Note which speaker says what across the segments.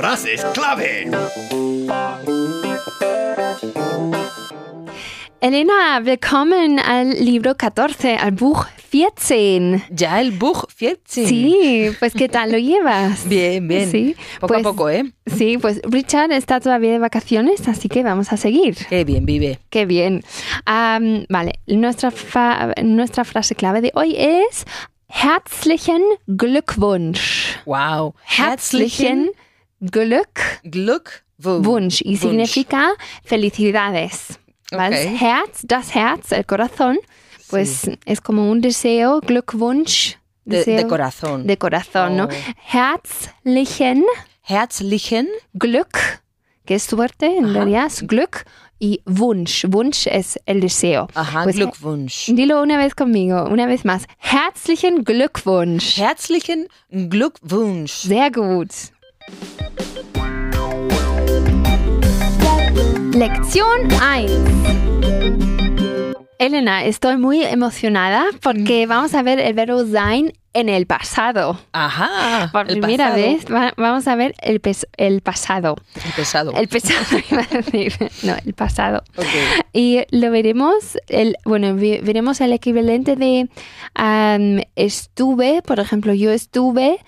Speaker 1: Das ist Klappe.
Speaker 2: Elena, willkommen al libro 14, al Buch 14.
Speaker 3: Ya el Buch 14.
Speaker 2: Sí, pues ¿qué tal lo llevas?
Speaker 3: Bien, bien.
Speaker 2: Sí,
Speaker 3: Poco
Speaker 2: pues-
Speaker 3: a poco, ¿eh?
Speaker 2: Sí, pues Richard está todavía de vacaciones, así que vamos a seguir.
Speaker 3: Qué bien vive.
Speaker 2: Qué bien. Am, vale, nuestra, fa- nuestra frase clave de hoy es herzlichen Glückwunsch.
Speaker 3: Wow.
Speaker 2: Herzlichen Glückwunsch
Speaker 3: Glückwunsch.
Speaker 2: y significa felicidades. ¿vale?
Speaker 3: Ok.
Speaker 2: Herz, das Herz, el corazón, pues es como un deseo, Glückwunsch.
Speaker 3: De,
Speaker 2: deseo
Speaker 3: de corazón.
Speaker 2: de corazón, ¿no?
Speaker 3: Oh.
Speaker 2: Herzlichen
Speaker 3: Herzlichen.
Speaker 2: Glück, que es suerte, en realidad es Glück y Wunsch. Wunsch es el deseo.
Speaker 3: Ajá,
Speaker 2: Pues,
Speaker 3: Glückwunsch.
Speaker 2: Dilo una vez conmigo, una vez más. Herzlichen Glückwunsch.
Speaker 3: Herzlichen Glückwunsch.
Speaker 2: Sehr gut. Lección 1. Elena, estoy muy emocionada
Speaker 3: Mm.
Speaker 2: porque vamos a ver el verbo sein en el pasado.
Speaker 3: Ajá.
Speaker 2: Por
Speaker 3: el
Speaker 2: primera
Speaker 3: pasado.
Speaker 2: vez va- vamos a ver el, pes- el pasado.
Speaker 3: El pesado.
Speaker 2: El pasado iba a decir. No, el pasado.
Speaker 3: Ok.
Speaker 2: Y lo veremos, el, bueno, vi- veremos el equivalente de am, estuve, por ejemplo, yo estuve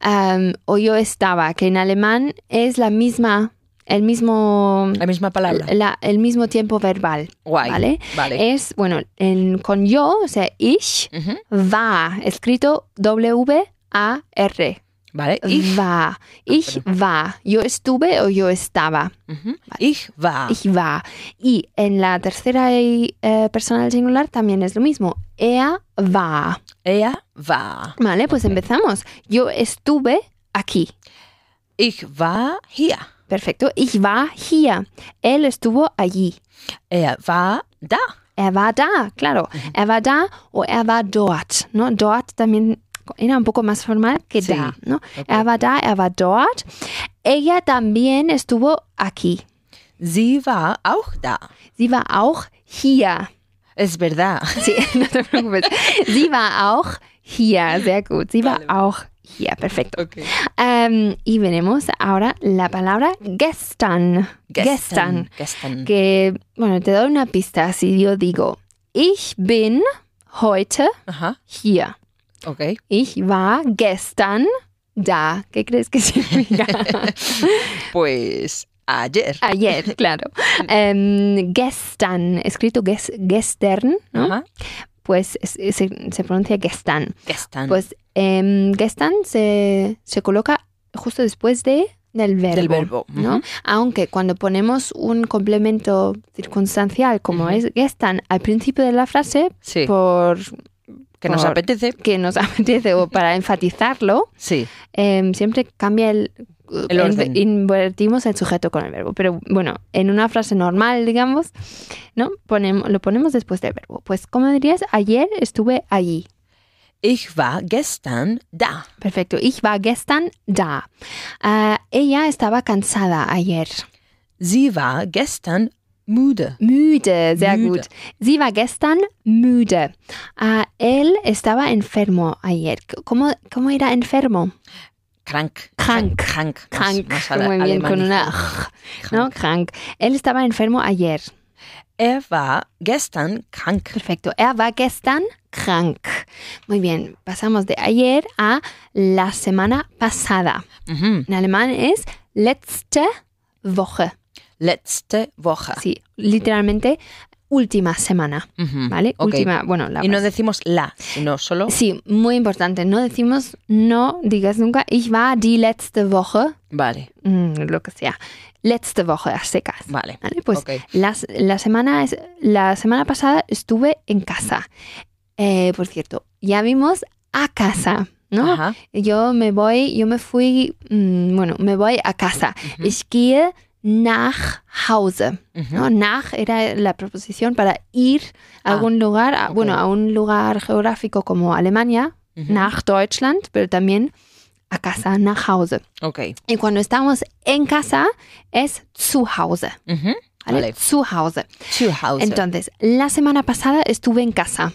Speaker 2: am, o yo estaba, que en alemán es la misma, el mismo,
Speaker 3: La misma palabra.
Speaker 2: la- el mismo tiempo verbal.
Speaker 3: Guay.
Speaker 2: ¿Vale?
Speaker 3: Vale.
Speaker 2: Es, bueno, en- con yo, o sea, ich,
Speaker 3: Ujú.
Speaker 2: war, escrito W-A-R.
Speaker 3: Vale. Ich, Ah,
Speaker 2: War. Ich war. Yo estuve o yo estaba.
Speaker 3: ujú. ich war.
Speaker 2: Ich war. Y en la tercera y, eh, persona del singular también es lo mismo. Er war.
Speaker 3: Er war.
Speaker 2: Vale, pues empezamos. Yo estuve aquí.
Speaker 3: Ich war hier.
Speaker 2: Perfecto. Ich war hier. Él estuvo allí.
Speaker 3: Er war da.
Speaker 2: Er war da, claro. Er war da o er war dort. ¿no? Dort también era un poco más formal que
Speaker 3: Sí.
Speaker 2: da. ¿no? Er war da, er war dort. Ella también estuvo aquí.
Speaker 3: Sie war auch da.
Speaker 2: Sie war auch hier.
Speaker 3: Es verdad.
Speaker 2: Sí, no te preocupes. Sie war auch hier. Sehr gut. Sie war auch hier. Perfecto.
Speaker 3: Okay.
Speaker 2: Ähm, y veremos ahora la palabra gestern.
Speaker 3: Gestern. Gestern.
Speaker 2: Que, bueno, te doy una pista. Si yo digo, ich bin heute
Speaker 3: Ajá.
Speaker 2: hier.
Speaker 3: Okay.
Speaker 2: Ich war gestern da. ¿Qué crees que significa?
Speaker 3: Pues ayer.
Speaker 2: Ah, Ayer, claro. Ähm, gestern, escrito ges- gestern, ¿no?
Speaker 3: Ajá.
Speaker 2: pues es- es- se pronuncia gestern.
Speaker 3: Gestern.
Speaker 2: Pues em, gestern se, se coloca justo después de, del verbo.
Speaker 3: Del verbo.
Speaker 2: ¿no?
Speaker 3: Ujú.
Speaker 2: Aunque cuando ponemos un complemento circunstancial como
Speaker 3: Ujú.
Speaker 2: es gestan al principio de la frase,
Speaker 3: Sí.
Speaker 2: por
Speaker 3: que nos
Speaker 2: por-
Speaker 3: apetece.
Speaker 2: que nos apetece o para enfatizarlo,
Speaker 3: Sí.
Speaker 2: em, siempre cambia el...
Speaker 3: El orden.
Speaker 2: Invertimos el sujeto con el verbo. Pero bueno, en una frase normal, digamos, ¿no? Ponemos, lo ponemos después del verbo. Pues, ¿cómo dirías? Ayer estuve allí.
Speaker 3: Ich war gestern da.
Speaker 2: Perfecto. Ich war gestern da. Ah, ella estaba cansada ayer.
Speaker 3: Sie war gestern müde.
Speaker 2: Müde, sehr
Speaker 3: Müde.
Speaker 2: gut. Sie war gestern müde. Ah, él estaba enfermo ayer. ¿Cómo, cómo era enfermo?
Speaker 3: Krank.
Speaker 2: Krank.
Speaker 3: Krank.
Speaker 2: Krank.
Speaker 3: Más- más
Speaker 2: Muy bien, con una...
Speaker 3: alemanizado.
Speaker 2: ¿no? Krank.
Speaker 3: Krank.
Speaker 2: Él estaba enfermo ayer.
Speaker 3: Er war gestern krank.
Speaker 2: Perfecto. Er war gestern krank. Muy bien. Pasamos de ayer a la semana pasada.
Speaker 3: Mhm.
Speaker 2: En alemán es letzte Woche.
Speaker 3: Letzte Woche.
Speaker 2: Sí, literalmente última semana,
Speaker 3: Mhm.
Speaker 2: ¿vale?
Speaker 3: Ok.
Speaker 2: Última, bueno, la
Speaker 3: Y no decimos la, sino solo
Speaker 2: Sí, muy importante. No decimos, no digas nunca, ich war die letzte Woche,
Speaker 3: Vale,
Speaker 2: mm, lo que sea, letzte Woche a secas.
Speaker 3: vale.
Speaker 2: ¿Vale? Pues
Speaker 3: ok.
Speaker 2: las- la, semana es, la semana pasada estuve en casa. Eh, por cierto, ya vimos a casa, ¿no?
Speaker 3: Ajá.
Speaker 2: Yo me voy, yo me fui, mm, bueno, me voy a casa.
Speaker 3: Ujú.
Speaker 2: Ich gehe nach Hause.
Speaker 3: Ujú.
Speaker 2: ¿no? Nach era la preposición para ir a
Speaker 3: Ah,
Speaker 2: algún lugar, a-
Speaker 3: ok.
Speaker 2: bueno, a un lugar geográfico como Alemania,
Speaker 3: Ujú.
Speaker 2: nach Deutschland, pero también a casa, nach Hause.
Speaker 3: Ok.
Speaker 2: Y cuando estamos en casa es zu Hause.
Speaker 3: Ujú.
Speaker 2: ¿vale?
Speaker 3: Vale. Pues
Speaker 2: Zu Hause.
Speaker 3: Zu Hause.
Speaker 2: Entonces, la semana pasada estuve en casa.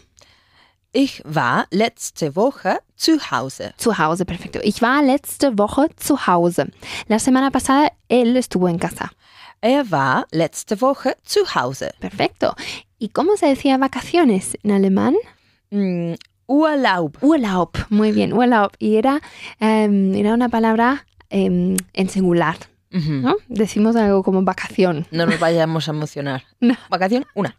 Speaker 3: Ich war letzte Woche zu Hause.
Speaker 2: Zu Hause, perfecto. Ich war letzte Woche zu Hause. La semana pasada él estuvo en casa.
Speaker 3: Er war letzte Woche zu Hause.
Speaker 2: Perfecto. ¿Y cómo se decía vacaciones en alemán?
Speaker 3: Mm, Urlaub.
Speaker 2: Urlaub. Muy bien, Urlaub. Y era, em, era una palabra em, en singular,
Speaker 3: Ujú.
Speaker 2: ¿no? Decimos algo como vacación.
Speaker 3: Mhm. No nos vayamos a emocionar.
Speaker 2: No.
Speaker 3: Vacación, una.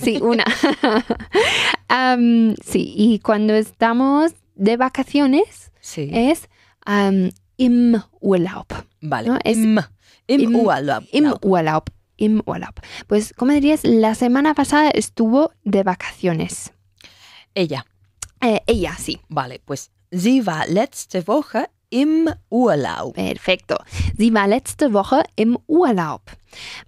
Speaker 2: Sí, una. Am, sí, y cuando estamos de vacaciones
Speaker 3: Sí.
Speaker 2: es am, im Urlaub.
Speaker 3: vale.
Speaker 2: no, es-
Speaker 3: Im, im,
Speaker 2: im-
Speaker 3: Urlaub.
Speaker 2: Im Urlaub. Im Urlaub. Pues, ¿cómo dirías? La semana pasada estuvo de vacaciones.
Speaker 3: Ella.
Speaker 2: Eh, ella, sí.
Speaker 3: Vale, pues sie war letzte Woche im Urlaub.
Speaker 2: Perfecto. Sie war letzte Woche im Urlaub.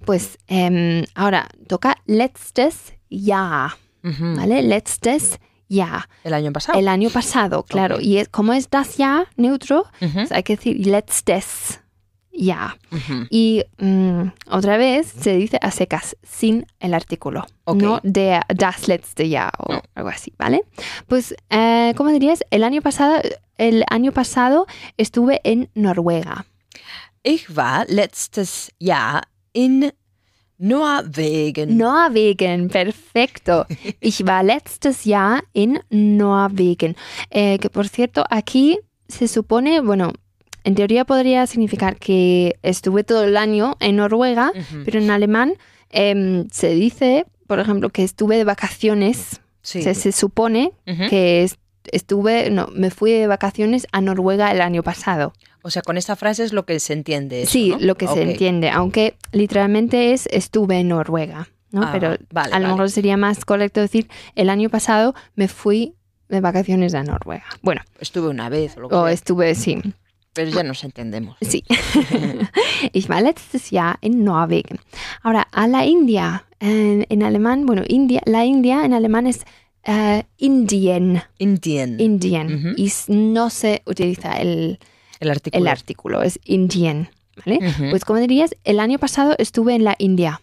Speaker 2: Pues em, ahora toca letztes Jahr,
Speaker 3: Ujú.
Speaker 2: Eh, ¿vale? Letztes Jahr.
Speaker 3: El año pasado.
Speaker 2: El año pasado, claro. Y es, como es das Jahr neutro,
Speaker 3: Ujú,
Speaker 2: pues hay que decir letztes Jahr.
Speaker 3: ujú.
Speaker 2: Y mm, otra vez se dice a secas, sin el artículo.
Speaker 3: Ok.
Speaker 2: No de das letzte Jahr o
Speaker 3: No.
Speaker 2: algo así, ¿vale? Pues, eh, ¿cómo dirías? El año pasado, el año pasado estuve en Noruega.
Speaker 3: Ich war letztes Jahr in Norwegen.
Speaker 2: Norwegen, perfecto. Ich war letztes Jahr in Norwegen. Eh, que por cierto, aquí se supone, bueno, en teoría podría significar que estuve todo el año en Noruega,
Speaker 3: Ujú.
Speaker 2: pero en alemán em, se dice, por ejemplo, que estuve de vacaciones.
Speaker 3: Sí. ¿Mm?
Speaker 2: Se, se supone
Speaker 3: Ujú.
Speaker 2: que es- estuve, no, me fui de vacaciones a Noruega el año pasado.
Speaker 3: O sea, con esta frase es lo que se entiende. eso,
Speaker 2: sí,
Speaker 3: ¿no?
Speaker 2: lo que
Speaker 3: Ok.
Speaker 2: se entiende, aunque literalmente es estuve en Noruega, ¿no?
Speaker 3: Ah,
Speaker 2: Pero
Speaker 3: vale,
Speaker 2: a lo
Speaker 3: vale.
Speaker 2: mejor sería más correcto decir, el año pasado me fui de vacaciones a Noruega. Bueno,
Speaker 3: Estuve una vez, o lo que
Speaker 2: o
Speaker 3: sea,
Speaker 2: estuve, sí,
Speaker 3: pero ya nos entendemos.
Speaker 2: sí. ich war letztes Jahr in Norwegen. Ahora, a la India, en, en alemán, bueno, India, la India en alemán es eh, Indien,
Speaker 3: Indien,
Speaker 2: Indien,
Speaker 3: Ujú.
Speaker 2: y s- no se utiliza el,
Speaker 3: el
Speaker 2: el
Speaker 3: artículo.
Speaker 2: artículo, es Indien, ¿vale?
Speaker 3: Ujú.
Speaker 2: Pues como dirías, el año pasado estuve en la India.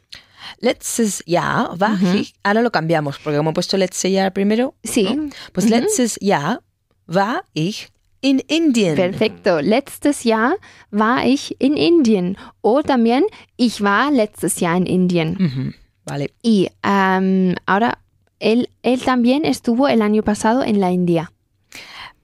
Speaker 3: Letztes Jahr war
Speaker 2: Ujú.
Speaker 3: ich. Ahora lo cambiamos, porque como he puesto letztes Jahr primero,
Speaker 2: Sí,
Speaker 3: pues
Speaker 2: Ujú.
Speaker 3: letztes Jahr war ich in Indien.
Speaker 2: perfecto. Letztes Jahr war ich in Indien. O también, ich war letztes Jahr in Indien.
Speaker 3: Ujú. Vale.
Speaker 2: Y am, ahora, él, él también estuvo el año pasado en la India.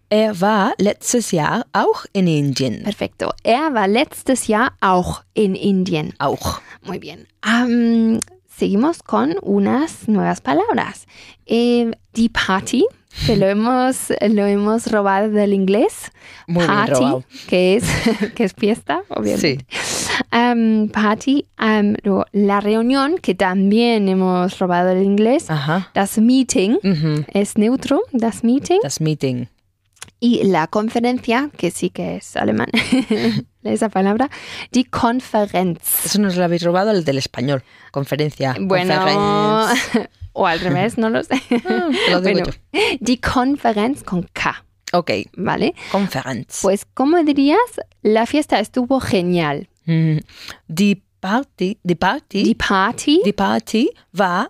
Speaker 3: Er war letztes Jahr auch in Indien.
Speaker 2: Perfecto. Er war letztes Jahr auch in Indien.
Speaker 3: Auch.
Speaker 2: Muy bien. Am, seguimos con unas nuevas palabras. Eh, die Party, que lo hemos, lo hemos robado del inglés.
Speaker 3: Muy bien
Speaker 2: party,
Speaker 3: robado.
Speaker 2: que es, que es fiesta, obviamente.
Speaker 3: Sí.
Speaker 2: Am, party, am, luego la reunión, que también hemos robado del inglés.
Speaker 3: Ajá.
Speaker 2: Das Meeting
Speaker 3: Ujú.
Speaker 2: es neutro, das Meeting.
Speaker 3: Das Meeting.
Speaker 2: Y la conferencia, que sí que es alemán, esa palabra, die Konferenz.
Speaker 3: Eso nos lo habéis robado el del español. Conferencia.
Speaker 2: Bueno,
Speaker 3: Conference.
Speaker 2: o al revés, no lo sé.
Speaker 3: Ah, te lo digo
Speaker 2: Bueno, Die Konferenz con K,
Speaker 3: yo. Ok.
Speaker 2: ¿vale?
Speaker 3: Conference.
Speaker 2: Pues, ¿cómo dirías? La fiesta estuvo genial.
Speaker 3: Mhm. Die Party, die Party,
Speaker 2: Die Party,
Speaker 3: die Party war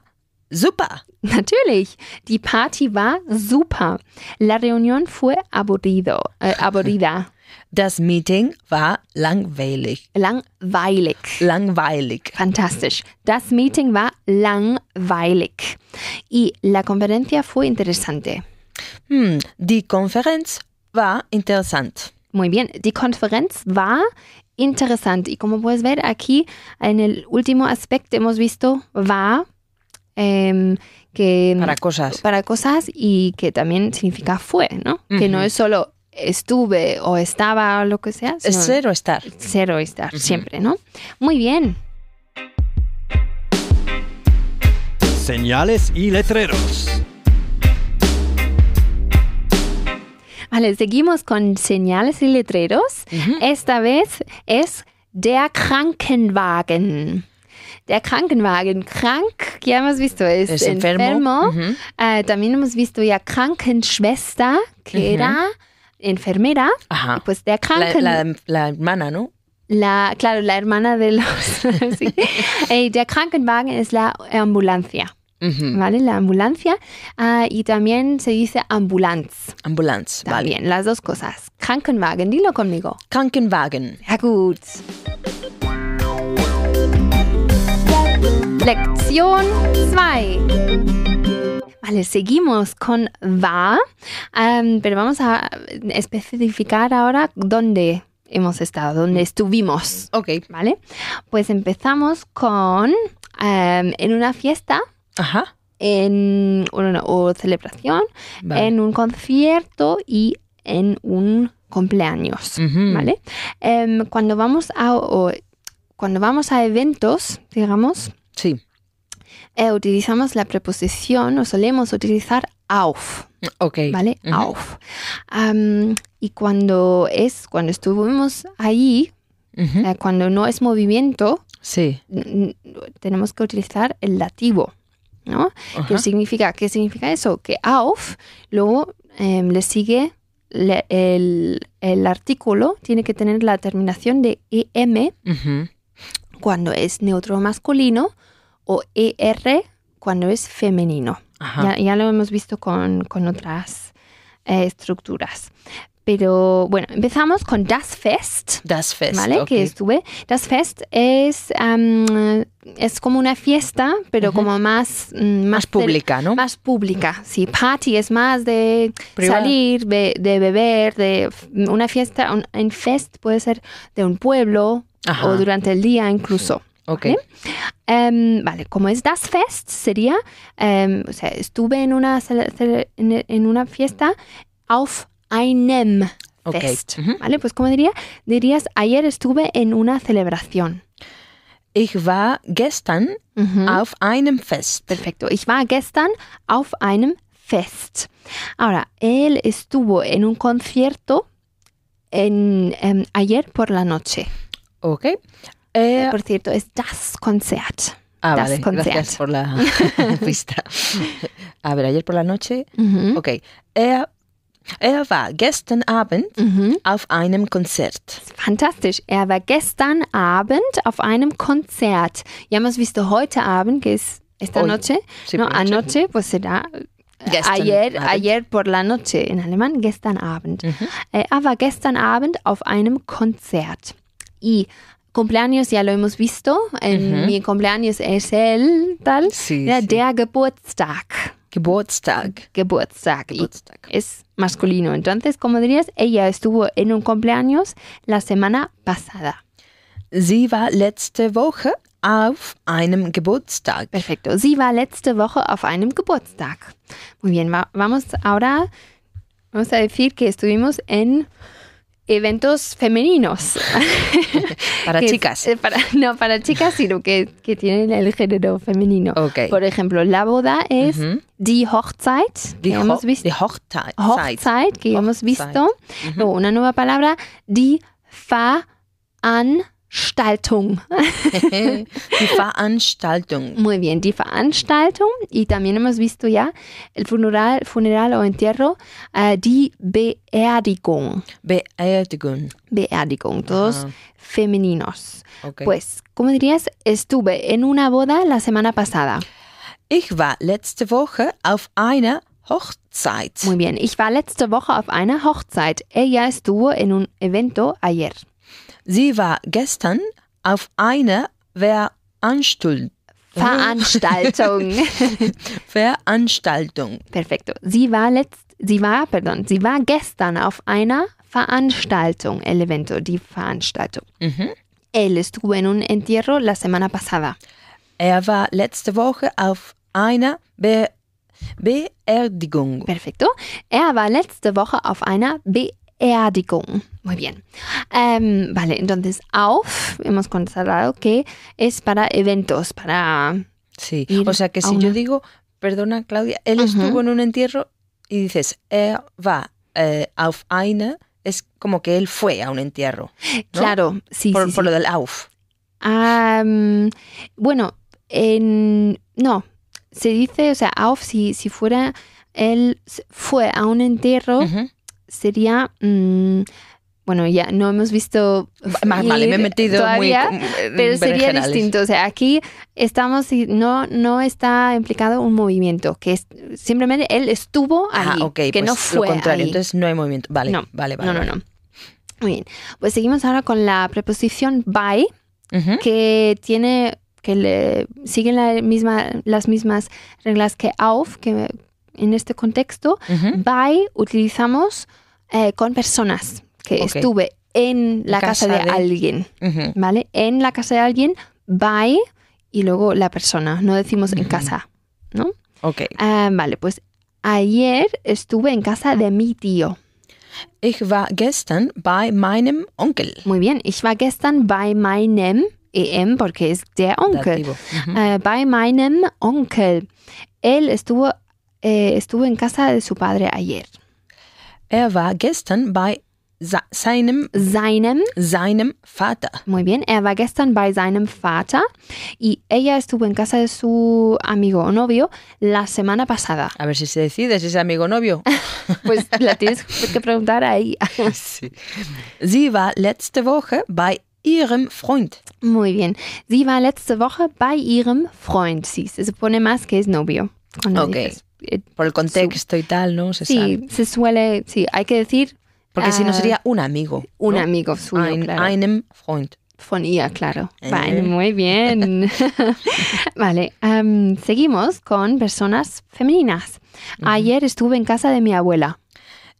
Speaker 3: super.
Speaker 2: natürlich. Die Party war super. La reunión fue aburrido, eh, aburrida,
Speaker 3: Das Meeting war langweilig.
Speaker 2: langweilig.
Speaker 3: Langweilig.
Speaker 2: Fantastisch. Das Meeting war langweilig. Y la conferencia fue interesante.
Speaker 3: Hm, die Konferenz war interessant.
Speaker 2: Muy bien, die Konferenz war interesante. Y como puedes ver aquí, en el último aspecto hemos visto war, em, que
Speaker 3: Para cosas.
Speaker 2: para cosas y que también significa fue, ¿no? Que no
Speaker 3: Ujú.
Speaker 2: es solo estuve o estaba o lo que sea,
Speaker 3: Es
Speaker 2: sino
Speaker 3: ser o estar.
Speaker 2: ser o estar siempre, ¿no? Muy bien.
Speaker 1: Señales y letreros.
Speaker 2: Vale, Ah, seguimos con señales y letreros.
Speaker 3: Ujú.
Speaker 2: Esta vez es der Krankenwagen. Der Krankenwagen, krank, ya hemos visto, es,
Speaker 3: Es
Speaker 2: enfermo.
Speaker 3: enfermo. Ujú.
Speaker 2: Eh, también hemos visto ya Krankenschwester, que
Speaker 3: Ujú.
Speaker 2: era enfermera.
Speaker 3: Ajá.
Speaker 2: Pues der
Speaker 3: La,
Speaker 2: Kranken...
Speaker 3: la- la hermana, ¿no?
Speaker 2: la- claro, la hermana de los... sí. Eh, der Krankenwagen es la ambulancia.
Speaker 3: Ujú.
Speaker 2: ¿vale? La ambulancia. Ah, y también se dice ambulanz.
Speaker 3: Ambulanz, vale.
Speaker 2: También, las dos cosas. Krankenwagen, dilo conmigo.
Speaker 3: Krankenwagen.
Speaker 2: Ja, gut. Lektion 2. Vale, seguimos con va, ähm, pero vamos a especificar ahora dónde hemos estado, dónde estuvimos,
Speaker 3: Ok.
Speaker 2: ¿vale? Pues empezamos con ähm, en una fiesta
Speaker 3: Ajá.
Speaker 2: en, o, no, o celebración,
Speaker 3: Vale.
Speaker 2: en un concierto y en un cumpleaños.
Speaker 3: Ujú.
Speaker 2: ¿vale? Em, cuando vamos a o- cuando vamos a eventos, digamos,
Speaker 3: Sí.
Speaker 2: eh, utilizamos la preposición o solemos utilizar auf,
Speaker 3: Ok.
Speaker 2: ¿vale?
Speaker 3: Ujú.
Speaker 2: Auf. Am, y cuando es cuando estuvimos ahí,
Speaker 3: Ujú.
Speaker 2: eh, cuando no es movimiento,
Speaker 3: Sí.
Speaker 2: n- n- tenemos que utilizar el dativo, ¿no?
Speaker 3: Ajá.
Speaker 2: ¿Qué significa? ¿Qué significa eso? Que auf, luego em, le sigue le- el, el artículo, tiene que tener la terminación de em
Speaker 3: Ujú.
Speaker 2: cuando es neutro masculino o er cuando es femenino.
Speaker 3: Ajá.
Speaker 2: Ya, ya lo hemos visto con, con otras eh, estructuras. Pero bueno, empezamos con Das Fest.
Speaker 3: Das Fest.
Speaker 2: ¿Vale?
Speaker 3: ok.
Speaker 2: Que estuve. Das Fest es, am, es como una fiesta, pero
Speaker 3: Ujú.
Speaker 2: como más, mm, más,
Speaker 3: Más
Speaker 2: cel-
Speaker 3: pública, ¿no?
Speaker 2: más pública, sí. Party es más de
Speaker 3: Privada.
Speaker 2: salir, be- de beber, de f- una fiesta, un, un fest puede ser de un pueblo
Speaker 3: Ajá.
Speaker 2: o durante el día incluso.
Speaker 3: Ok.
Speaker 2: ¿vale? Em, vale, como es das Fest, sería, em, o sea, estuve en una, cele- cele- en, en una fiesta auf einem
Speaker 3: Ok.
Speaker 2: Fest.
Speaker 3: Ujú.
Speaker 2: ¿Vale? Pues como diría, dirías, ayer estuve en una celebración. Ah,
Speaker 3: Ich war gestern
Speaker 2: Ujú.
Speaker 3: auf einem Fest.
Speaker 2: Perfecto. Ich war gestern auf einem Fest. Ahora, él estuvo en un concierto en, em, ayer por la noche.
Speaker 3: Ok. Eh,
Speaker 2: Por cierto, es das Konzert.
Speaker 3: ah,
Speaker 2: das
Speaker 3: vale.
Speaker 2: Konzert.
Speaker 3: Gracias por la pista. A ver, ayer por la noche.
Speaker 2: Ujú,
Speaker 3: Ok. Er, er war gestern Abend
Speaker 2: ujú.
Speaker 3: auf einem Konzert.
Speaker 2: Fantastisch. Er war gestern Abend auf einem Konzert. Ya hemos visto heute Abend, que es esta
Speaker 3: Hoy.
Speaker 2: noche.
Speaker 3: Sí,
Speaker 2: no,
Speaker 3: por la noche.
Speaker 2: anoche, pues será
Speaker 3: Gestern
Speaker 2: ayer,
Speaker 3: Abend.
Speaker 2: ayer por la noche en alemán, gestern Abend.
Speaker 3: Ujú.
Speaker 2: Äh, Er war gestern Abend auf einem Konzert. Y cumpleaños ya lo hemos visto. En
Speaker 3: Ujú.
Speaker 2: Mi cumpleaños es el tal.
Speaker 3: Sí,
Speaker 2: Ja,
Speaker 3: sí.
Speaker 2: Der Geburtstag.
Speaker 3: Geburtstag.
Speaker 2: Geburtstag. Y
Speaker 3: Geburtstag.
Speaker 2: es masculino. Entonces, como dirías, ella estuvo en un cumpleaños la semana pasada.
Speaker 3: Sie war letzte Woche auf einem Geburtstag.
Speaker 2: Perfecto. Sie war letzte Woche auf einem Geburtstag. Muy bien, va- vamos ahora. Vamos a decir que estuvimos en eventos femeninos.
Speaker 3: Para
Speaker 2: que-
Speaker 3: chicas.
Speaker 2: eh, para- no, para chicas, sino que, que tienen el género femenino.
Speaker 3: Ok.
Speaker 2: Por ejemplo, la boda es
Speaker 3: Ujú.
Speaker 2: die Hochzeit,
Speaker 3: Die,
Speaker 2: que
Speaker 3: Ho
Speaker 2: hemos visto.
Speaker 3: die Hochzeit.
Speaker 2: Hochzeit, que hemos
Speaker 3: Hochzeit.
Speaker 2: visto. Luego, una nueva palabra, die Veranstaltung.
Speaker 3: Die Veranstaltung.
Speaker 2: Muy bien, die Veranstaltung. Y también hemos visto ya el funeral, funeral o entierro, eh, die Beerdigung.
Speaker 3: Beerdigung.
Speaker 2: Beerdigung, todos
Speaker 3: Ajá.
Speaker 2: femeninos.
Speaker 3: Okay.
Speaker 2: Pues, ¿cómo dirías? Estuve en una boda la semana pasada.
Speaker 3: Ich war letzte Woche auf einer Hochzeit.
Speaker 2: Muy bien. Ich war letzte Woche auf einer Hochzeit. Ella estuvo en un evento ayer.
Speaker 3: Sie war gestern auf einer Veranstul-
Speaker 2: Veranstaltung.
Speaker 3: Veranstaltung.
Speaker 2: Perfecto. Sie war letzt, sie war, perdón, sie war gestern auf einer Veranstaltung, el evento, die Veranstaltung.
Speaker 3: Mhm.
Speaker 2: Él estuvo en un entierro la semana pasada.
Speaker 3: Er war letzte Woche auf einer Be Beerdigung.
Speaker 2: Perfecto. Er war letzte Woche auf einer Beerdigung. Muy bien. Ähm, vale, entonces auf, hemos considerado que es para eventos, para...
Speaker 3: Sí.
Speaker 2: Ir
Speaker 3: O sea que
Speaker 2: a
Speaker 3: si
Speaker 2: una-
Speaker 3: yo digo, perdona Claudia, él
Speaker 2: Ujú.
Speaker 3: estuvo en un entierro y dices, er war eh, auf einer, es como que él fue a un entierro. ¿no?
Speaker 2: Claro, sí,
Speaker 3: por,
Speaker 2: sí, sí.
Speaker 3: por lo del auf.
Speaker 2: Ah, mm, bueno, en- no, se dice, o sea, auf, si, si fuera él s- fue a un entierro,
Speaker 3: Ujú.
Speaker 2: sería mm, bueno, ya no hemos visto.
Speaker 3: Más vale, me he metido
Speaker 2: todavía,
Speaker 3: muy.
Speaker 2: Pero sería
Speaker 3: berenjenales.
Speaker 2: distinto. O sea, aquí estamos y no, no está implicado un movimiento, que es simplemente él estuvo ahí,
Speaker 3: Ah, ok,
Speaker 2: que
Speaker 3: pues
Speaker 2: no fue
Speaker 3: lo contrario,
Speaker 2: ahí.
Speaker 3: entonces no hay movimiento. Vale,
Speaker 2: No,
Speaker 3: vale, vale.
Speaker 2: no, no,
Speaker 3: vale.
Speaker 2: no. Muy bien. Pues seguimos ahora con la preposición by,
Speaker 3: Ujú.
Speaker 2: que tiene que le siguen la misma, las mismas reglas que auf, que en este contexto,
Speaker 3: Ujú.
Speaker 2: by utilizamos eh, con personas, que
Speaker 3: Ok.
Speaker 2: estuve en la casa,
Speaker 3: Casa
Speaker 2: de
Speaker 3: de-
Speaker 2: alguien.
Speaker 3: Ujú.
Speaker 2: ¿vale? En la casa de alguien, by y luego la persona. No decimos en
Speaker 3: Ujú.
Speaker 2: casa.
Speaker 3: Ok.
Speaker 2: Ah, vale, pues ayer estuve en casa de mi tío.
Speaker 3: Ich war gestern bei meinem Onkel.
Speaker 2: Muy bien. Ich war gestern bei meinem, EM, porque es der Onkel.
Speaker 3: Dativo. Ujú.
Speaker 2: Ah, bei meinem Onkel. Él estuvo, eh, estuvo en casa de su padre ayer.
Speaker 3: Er war gestern bei sa- seinem,
Speaker 2: Seinem,
Speaker 3: seinem Vater.
Speaker 2: muy bien, er war gestern bei seinem Vater y ella estuvo en casa de su amigo o novio la semana pasada.
Speaker 3: A ver si se decide, si es amigo o novio.
Speaker 2: Pues la tienes que preguntar a ella.
Speaker 3: Sí. Sie war letzte Woche bei ihrem Freund.
Speaker 2: Muy bien. Sie war letzte Woche bei ihrem Freund. Sí, se supone más que es novio. Cuando
Speaker 3: Ok.
Speaker 2: dices, eh,
Speaker 3: Por el contexto y tal, ¿no? Se sabe.
Speaker 2: sí, se suele, sí, hay que decir
Speaker 3: Porque si no
Speaker 2: Ah.
Speaker 3: sería un amigo.
Speaker 2: un
Speaker 3: ¿no?
Speaker 2: amigo suyo,
Speaker 3: Ein-
Speaker 2: claro.
Speaker 3: Einem Freund.
Speaker 2: Von ihr, claro.
Speaker 3: Eh.
Speaker 2: Vale, muy bien. vale, am, seguimos con personas femeninas. Ayer estuve en casa de mi abuela.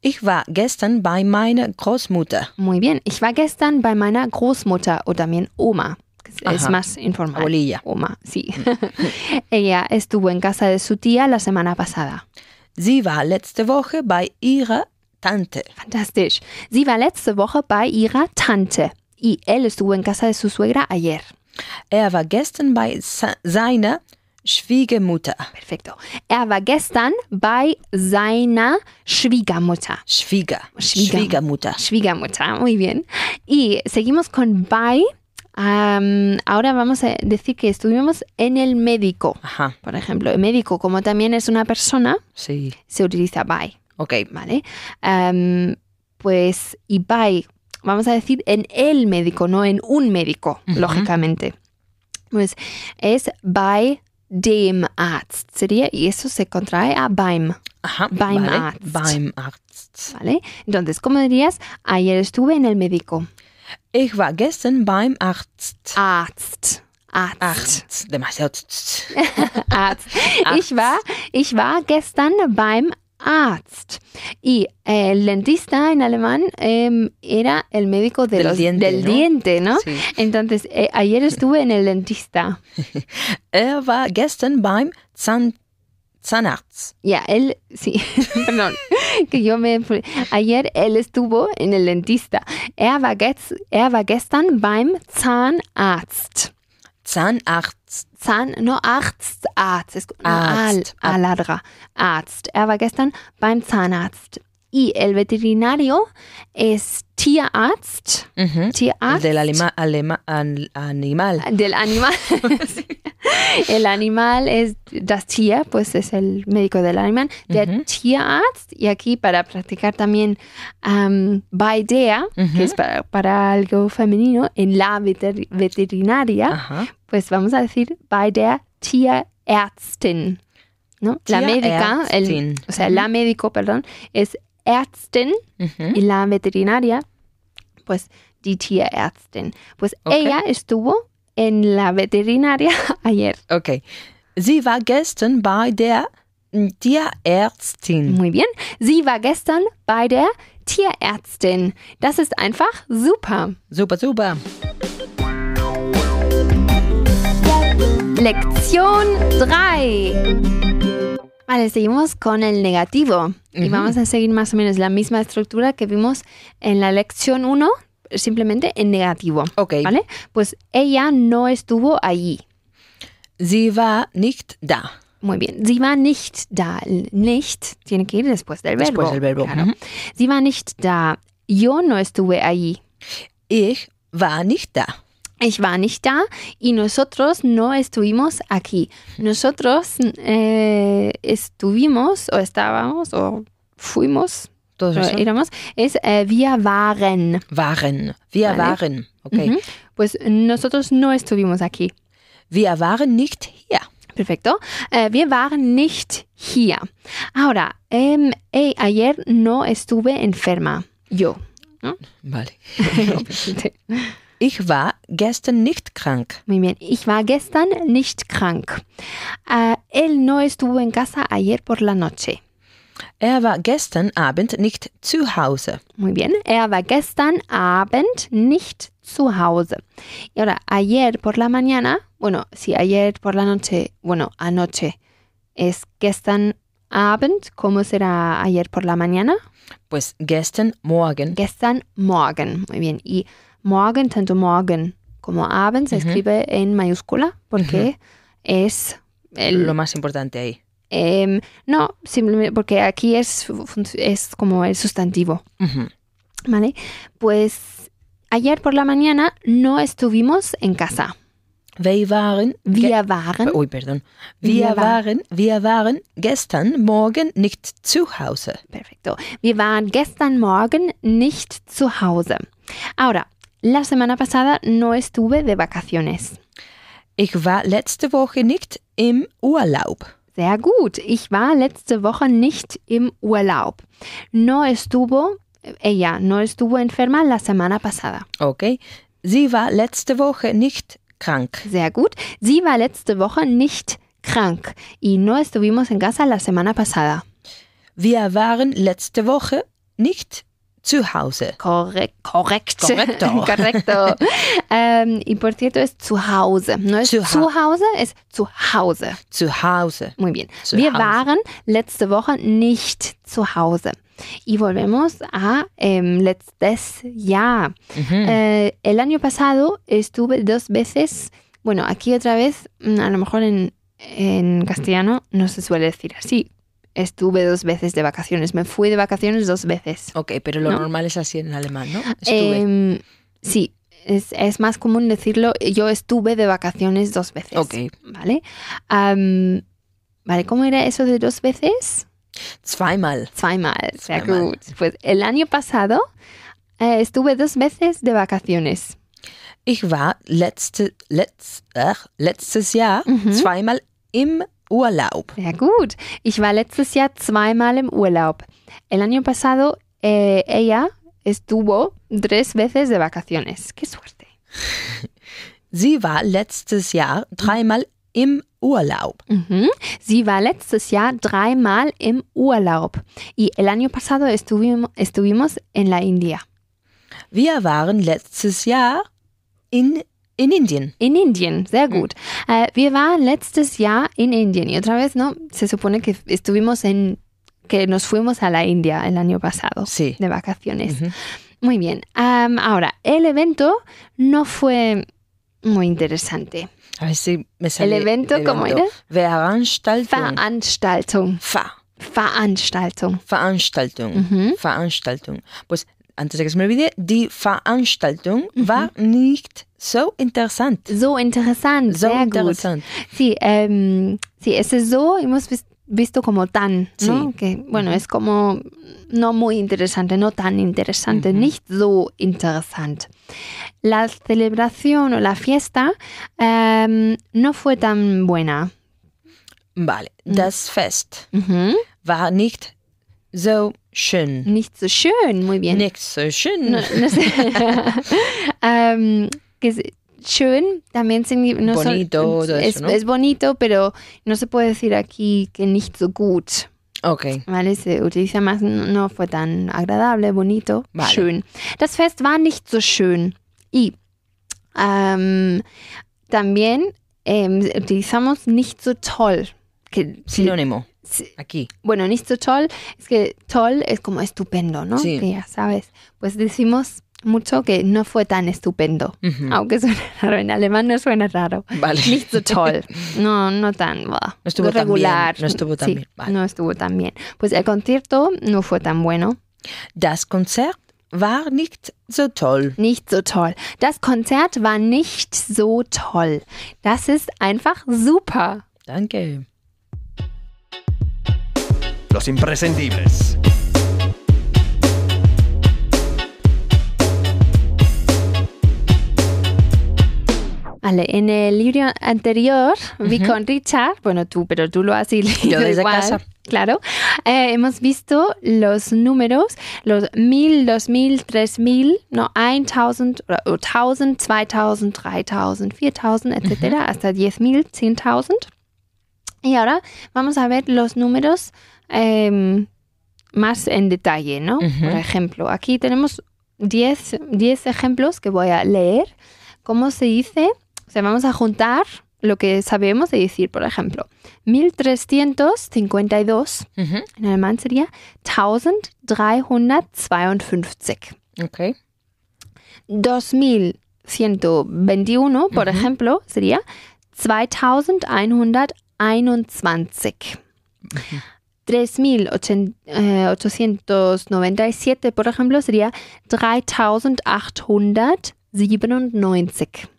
Speaker 3: Ich war gestern bei meiner Großmutter.
Speaker 2: Muy bien. Ich war gestern bei meiner Großmutter o también Oma. que es- Es
Speaker 3: Ajá. Mm.
Speaker 2: más informal.
Speaker 3: Abuelilla.
Speaker 2: Oma, sí. Ella estuvo en casa de su tía la semana pasada.
Speaker 3: Sie war letzte Woche bei ihrer Tante.
Speaker 2: Fantastisch. Sie war letzte Woche bei ihrer Tante. Y él estuvo en casa de su suegra ayer.
Speaker 3: Er war gestern bei sa- seiner Schwiegermutter.
Speaker 2: Perfecto. Er war gestern bei seiner Schwiegermutter.
Speaker 3: Schwieger.
Speaker 2: Schwieger-
Speaker 3: Schwiegermutter.
Speaker 2: Schwiegermutter, pues, muy bien. Y seguimos con by. Am, ahora vamos a decir que estuvimos en el médico.
Speaker 3: Ajá,
Speaker 2: Por ejemplo, el médico, como también es una persona,
Speaker 3: sí.
Speaker 2: se utiliza by.
Speaker 3: Ok,
Speaker 2: ¿vale? Am, pues, y by, vamos a decir en el médico, no en un médico,
Speaker 3: Ujú.
Speaker 2: lógicamente. Pues es by dem Arzt, sería, y eso se contrae a beim,
Speaker 3: ajá.
Speaker 2: Beim
Speaker 3: vale.
Speaker 2: Arzt.
Speaker 3: Beim Arzt.
Speaker 2: ¿vale? Entonces, ¿cómo dirías? Ayer estuve en el médico.
Speaker 3: Ich war gestern beim Arzt.
Speaker 2: Arzt. Arzt.
Speaker 3: Arzt. Demasiado. tz, tz.
Speaker 2: Arzt. Ich, war, ich war gestern beim Arzt. Y eh, el dentista en alemán em, era el médico de
Speaker 3: Del
Speaker 2: los-
Speaker 3: diente,
Speaker 2: del
Speaker 3: ¿no?
Speaker 2: diente, ¿no?
Speaker 3: Sí.
Speaker 2: Entonces, eh, ayer estuve en el dentista.
Speaker 3: Er war gestern beim Zahn Zahnarzt.
Speaker 2: Ya, él, sí, perdón, que yo me... Ayer él estuvo en el dentista. Er war, gest, er war gestern beim Zahnarzt.
Speaker 3: Zahnarzt.
Speaker 2: Zahn, no, Arzt, Arzt. Es, no,
Speaker 3: Arzt.
Speaker 2: Al, a larga. Arzt. Er war gestern beim Zahnarzt. Y el veterinario es Tierarzt.
Speaker 3: Mhm.
Speaker 2: Tierarzt.
Speaker 3: Del Alema Alema an Animal.
Speaker 2: Del animal. el animal es das Tier, pues es el médico del animal. Der
Speaker 3: Ujú.
Speaker 2: Tierarzt. Y aquí para practicar también am, bei der,
Speaker 3: Ujú.
Speaker 2: que es para, para algo femenino, en la veter- veterinaria,
Speaker 3: Ajá.
Speaker 2: pues vamos a decir bei der Tierärztin. ¿no? La médica, el,
Speaker 3: Tierärztin.
Speaker 2: o sea, la médico, perdón, es Ärztin
Speaker 3: Mhm.
Speaker 2: y la veterinaria, pues die Tierärztin. Pues
Speaker 3: Ok.
Speaker 2: ella estuvo en la veterinaria ayer.
Speaker 3: Okay. Sie war gestern bei der Tierärztin.
Speaker 2: Muy bien. Sie war gestern bei der Tierärztin. Das ist einfach super.
Speaker 3: Super, super.
Speaker 2: Lección 3. Vale, seguimos con el negativo. Y
Speaker 3: Ujú.
Speaker 2: vamos a seguir más o menos la misma estructura que vimos en la lección 1, simplemente en negativo.
Speaker 3: Okay.
Speaker 2: ¿Vale? Pues ella no estuvo allí.
Speaker 3: Sie war nicht da.
Speaker 2: Muy bien. Sie war nicht da. El Nicht tiene que ir después del verbo.
Speaker 3: Después del verbo.
Speaker 2: Claro.
Speaker 3: Ujú.
Speaker 2: Sie war nicht da. Yo no estuve allí.
Speaker 3: Ich war nicht da.
Speaker 2: Ich war nicht da y nosotros no estuvimos aquí. Nosotros eh, estuvimos o estábamos o fuimos,
Speaker 3: todo
Speaker 2: Pero
Speaker 3: eso.
Speaker 2: éramos, es eh, wir waren.
Speaker 3: Waren. Wir
Speaker 2: Vale.
Speaker 3: waren. Ok.
Speaker 2: Ujú. Pues nosotros no estuvimos aquí.
Speaker 3: Wir waren nicht hier.
Speaker 2: Perfecto. Eh, wir waren nicht hier. Ahora, em, eh, ayer no estuve enferma. Yo.
Speaker 3: Vale. Ich war gestern nicht krank.
Speaker 2: Muy bien. Ich war gestern nicht krank. Ah, él no estuvo en casa ayer por la noche.
Speaker 3: Er war gestern Abend nicht zu Hause.
Speaker 2: Muy bien. Er war gestern Abend nicht zu Hause. Y ahora, ayer por la mañana, bueno, si ayer por la noche, bueno, anoche, es gestern Abend, ¿cómo será ayer por la mañana?
Speaker 3: Pues gestern Morgen.
Speaker 2: Gestern Morgen. Muy bien. Y morgen, tanto morgen como abend, se
Speaker 3: Ujú.
Speaker 2: escribe en mayúscula porque es el,
Speaker 3: Lo más importante ahí.
Speaker 2: Em, no, simplemente porque aquí es, fun- es como el sustantivo,
Speaker 3: Ujú.
Speaker 2: ¿vale? Pues ayer por la mañana no estuvimos en casa.
Speaker 3: Wir waren. ge-
Speaker 2: Wir waren,
Speaker 3: Ui, perdón.
Speaker 2: Wir
Speaker 3: Wir
Speaker 2: wa-
Speaker 3: waren, wir waren gestern Morgen nicht zu Hause.
Speaker 2: perfecto, wir waren gestern Morgen nicht zu Hause. Ahora, la semana pasada no estuve de vacaciones.
Speaker 3: Ich war letzte Woche nicht im Urlaub.
Speaker 2: Sehr gut, ich war letzte Woche nicht im Urlaub. No estuvo, ella no estuvo enferma la semana pasada.
Speaker 3: Okay. Sie war letzte Woche nicht krank.
Speaker 2: Sehr gut. Sie war letzte Woche nicht krank. Y no estuvimos en casa la semana pasada.
Speaker 3: Wir waren letzte Woche nicht zu Hause.
Speaker 2: Corre correcto.
Speaker 3: Correcto.
Speaker 2: Correcto. Ähm, y por cierto es zu Hause. No es zu,
Speaker 3: Zu Hau-
Speaker 2: Hause, es zu Hause.
Speaker 3: Zu Hause.
Speaker 2: Muy bien.
Speaker 3: Zu
Speaker 2: Wir
Speaker 3: Hause.
Speaker 2: waren letzte Woche nicht zu Hause. Y volvemos a em, letztes Jahr.
Speaker 3: Mhm.
Speaker 2: Eh, el año pasado estuve dos veces, bueno, aquí otra vez, mm, a lo mejor en, en castellano no se suele decir así. Estuve dos veces de vacaciones, me fui de vacaciones dos veces.
Speaker 3: Okay, pero lo
Speaker 2: No. Eh,
Speaker 3: normal es así en alemán, ¿no?
Speaker 2: Em, sí, es, es más común decirlo, yo estuve de vacaciones dos veces.
Speaker 3: okay.
Speaker 2: ¿Vale? Am, ¿Vale? ¿Cómo era eso de dos veces?
Speaker 3: Zweimal.
Speaker 2: Zweimal. Sehr
Speaker 3: Zweimal.
Speaker 2: gut. Pues el año pasado eh, estuve dos veces de vacaciones.
Speaker 3: Ich war letzte, letz, ach, letztes Jahr
Speaker 2: Mhm.
Speaker 3: zweimal im Urlaub.
Speaker 2: Sehr gut. Ich war letztes Jahr zweimal im Urlaub. El año pasado eh, ella estuvo tres veces de vacaciones. Qué suerte.
Speaker 3: Sie war letztes Jahr dreimal im Urlaub.
Speaker 2: Ujú. Sie war letztes Jahr dreimal im Urlaub. Y el año pasado estuvimo- estuvimos en la India.
Speaker 3: Wir waren letztes Jahr in, in Indien.
Speaker 2: En Indien,
Speaker 3: Mm.
Speaker 2: sehr gut. Eh, wir waren letztes Jahr in Indien. Y otra vez, ¿no? Se supone que estuvimos en... que nos fuimos a la India el año pasado.
Speaker 3: Sí.
Speaker 2: De vacaciones.
Speaker 3: Ujú.
Speaker 2: Muy bien. Am, ahora, el evento no fue muy interesante.
Speaker 3: A ver si me sale
Speaker 2: evento, ¿cómo era?
Speaker 3: Veranstaltung.
Speaker 2: Veranstaltung.
Speaker 3: Ver-
Speaker 2: Veranstaltung.
Speaker 3: Veranstaltung.
Speaker 2: Mhm.
Speaker 3: Veranstaltung. Pues antes de que se me olvide, die Veranstaltung
Speaker 2: Mhm.
Speaker 3: war nicht so interessant.
Speaker 2: So interesante.
Speaker 3: So
Speaker 2: Sehr
Speaker 3: interessant.
Speaker 2: gut. Sí, em, sí, ese so hemos vis- visto como tan, ¿no?
Speaker 3: Sí.
Speaker 2: Que, bueno, es como no muy interesante, no tan interesante,
Speaker 3: Ujú.
Speaker 2: nicht so interessant. La celebración o la fiesta em, no fue tan buena.
Speaker 3: Vale.
Speaker 2: Mhm.
Speaker 3: Das Fest
Speaker 2: Ujú.
Speaker 3: war nicht so schön.
Speaker 2: Nicht so schön, muy bien.
Speaker 3: Nicht so schön.
Speaker 2: No, no sé. Am, Em, que es- schön también significa... no son-
Speaker 3: Bonito, todo
Speaker 2: es,
Speaker 3: eso, ¿no?
Speaker 2: es bonito, pero no se puede decir aquí que nicht so gut,
Speaker 3: Okay.
Speaker 2: ¿vale? Se utiliza más, no no fue tan agradable, bonito,
Speaker 3: Vale.
Speaker 2: schön. Das Fest war nicht so schön. Y am, también em, utilizamos nicht so toll. Que,
Speaker 3: Sinónimo.
Speaker 2: Sí.
Speaker 3: Aquí.
Speaker 2: bueno, nicht so toll, es que toll es como estupendo, ¿no?
Speaker 3: Sí.
Speaker 2: Que ya sabes. Pues decimos mucho que no fue tan estupendo.
Speaker 3: Ujú.
Speaker 2: Aunque suena raro, en alemán no suena raro.
Speaker 3: Vale.
Speaker 2: Nicht so toll. No, no tan. bah,
Speaker 3: No estuvo tan
Speaker 2: regular.
Speaker 3: bien, no estuvo tan
Speaker 2: Sí,
Speaker 3: bien, vale.
Speaker 2: No estuvo tan bien. Pues el concierto no fue tan bueno.
Speaker 3: Das Konzert war nicht so toll.
Speaker 2: Nicht so toll. Das Konzert war nicht so toll. Das ist einfach super.
Speaker 3: Danke.
Speaker 1: Los imprescindibles.
Speaker 2: Vale, en el libro anterior, vi con Richard, bueno tú, pero tú lo has leído
Speaker 3: Yo desde
Speaker 2: igual,
Speaker 3: casa.
Speaker 2: Claro, eh, hemos visto los números, los 1000, 2000, 3000, no, 1000, oder 1000, 2000, 3000, 4000, etcétera, hasta 10.000, 10.000. Y ahora vamos a ver los números eh, más en detalle, ¿no?
Speaker 3: Ujú.
Speaker 2: Por ejemplo, aquí tenemos 10, 10 ejemplos que voy a leer. ¿Cómo se dice? O sea, vamos a juntar lo que sabemos y decir, por ejemplo, 1352
Speaker 3: Ujú.
Speaker 2: en alemán sería 1352.
Speaker 3: Ok.
Speaker 2: 2121, por
Speaker 3: Ujú.
Speaker 2: ejemplo, sería 2121. 3897, por ejemplo, sería 3897.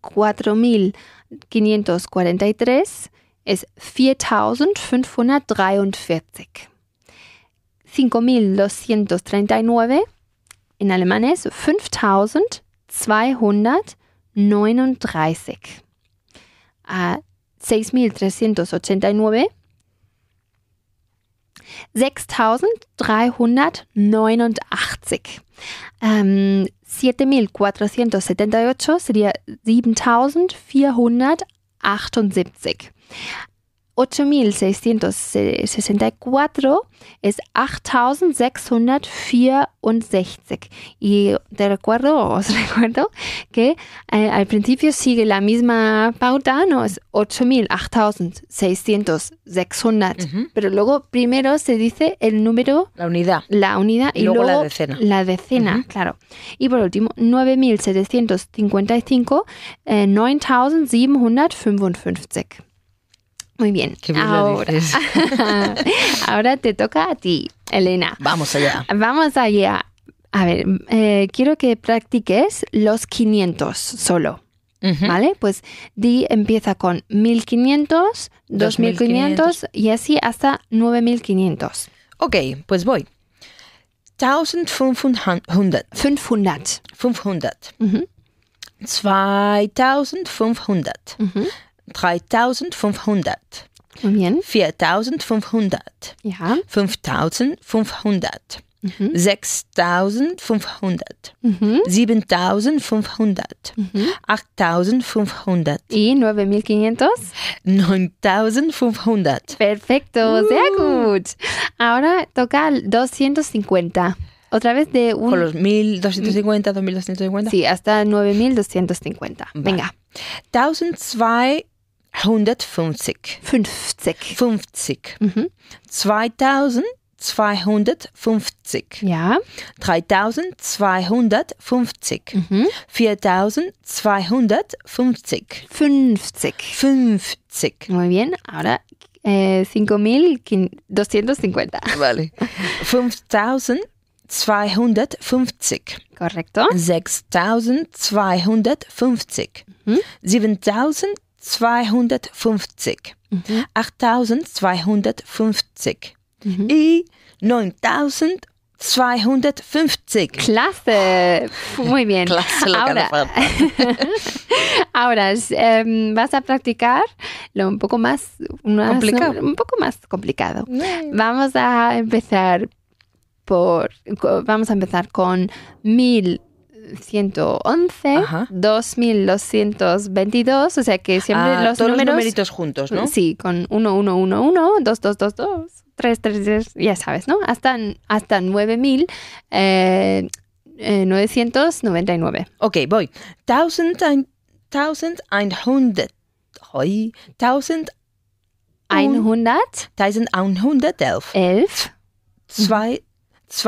Speaker 2: 4543 es 4543. 5239 en alemán es 5239. Ah, 6389. 6389. Ähm, 7478 sería 7478. 8664 es 8664. Y te recuerdo, os recuerdo, que eh, al principio sigue la misma pauta, ¿no? Es 8000, 8000, 600, 600.
Speaker 3: Ujú.
Speaker 2: Pero luego primero se dice el número,
Speaker 3: La unidad.
Speaker 2: la unidad y
Speaker 3: Luego
Speaker 2: luego,
Speaker 3: la decena.
Speaker 2: La decena, claro. Y por último, 9755, eh, 9755. Muy bien.
Speaker 3: Qué bien lo
Speaker 2: ahora,
Speaker 3: dices.
Speaker 2: ahora te toca a ti, Elena.
Speaker 3: Vamos allá.
Speaker 2: Vamos allá. A ver, eh, quiero que practiques los 500 solo,
Speaker 3: Ujú.
Speaker 2: ¿vale? Pues di empieza con 1500, 2500 y así hasta 9500.
Speaker 3: Ok, pues voy. 1500.
Speaker 2: 500.
Speaker 3: 500.
Speaker 2: Ujú,
Speaker 3: 2500.
Speaker 2: ujú.
Speaker 3: 3500.
Speaker 2: Muy bien.
Speaker 3: 4500.
Speaker 2: Ja.
Speaker 3: 5500.
Speaker 2: Mhm.
Speaker 3: 6500.
Speaker 2: Ujú.
Speaker 3: 7500.
Speaker 2: Mhm.
Speaker 3: 8500.
Speaker 2: Y 9500.
Speaker 3: 9500.
Speaker 2: Perfecto,
Speaker 3: Uh.
Speaker 2: sehr gut. Ahora toca el 250. Otra vez de
Speaker 3: Con
Speaker 2: un...
Speaker 3: los 1250, 2250.
Speaker 2: Mhm. Sí, hasta 9250.
Speaker 3: Vale.
Speaker 2: Venga,
Speaker 3: 1250.
Speaker 2: 50.
Speaker 3: 50.
Speaker 2: Mhm.
Speaker 3: 2250.
Speaker 2: Ja.
Speaker 3: 3250.
Speaker 2: Mhm.
Speaker 3: 4250.
Speaker 2: 50.
Speaker 3: 50.
Speaker 2: Muy bien, ahora eh, 5250.
Speaker 3: Vale. 5250.
Speaker 2: Correcto.
Speaker 3: 6250.
Speaker 2: Mhm.
Speaker 3: 7250.
Speaker 2: Mhm.
Speaker 3: 8250.
Speaker 2: Mhm.
Speaker 3: Y 9250.
Speaker 2: Klasse. Muy bien.
Speaker 3: Clase lo que
Speaker 2: Ahora,
Speaker 3: hace falta.
Speaker 2: Ahora eh, vas a practicar lo un poco más unas-
Speaker 3: Complicado.
Speaker 2: un poco más complicado. Vamos a empezar por co- vamos a empezar con 1111,
Speaker 3: Ajá.
Speaker 2: 2222, o sea que siempre
Speaker 3: Ah,
Speaker 2: los
Speaker 3: todos los
Speaker 2: números
Speaker 3: numeritos juntos, ¿no?
Speaker 2: Sí, con 1, 1, 1, 1, 2, 2, 2, 2, 3, 3, 3, ya sabes, ¿no? Hasta, hasta 9.000, eh, eh, 999.
Speaker 3: Ok, voy. 1100. Hoy. 1000. Un-
Speaker 2: 111,
Speaker 3: 1111. 2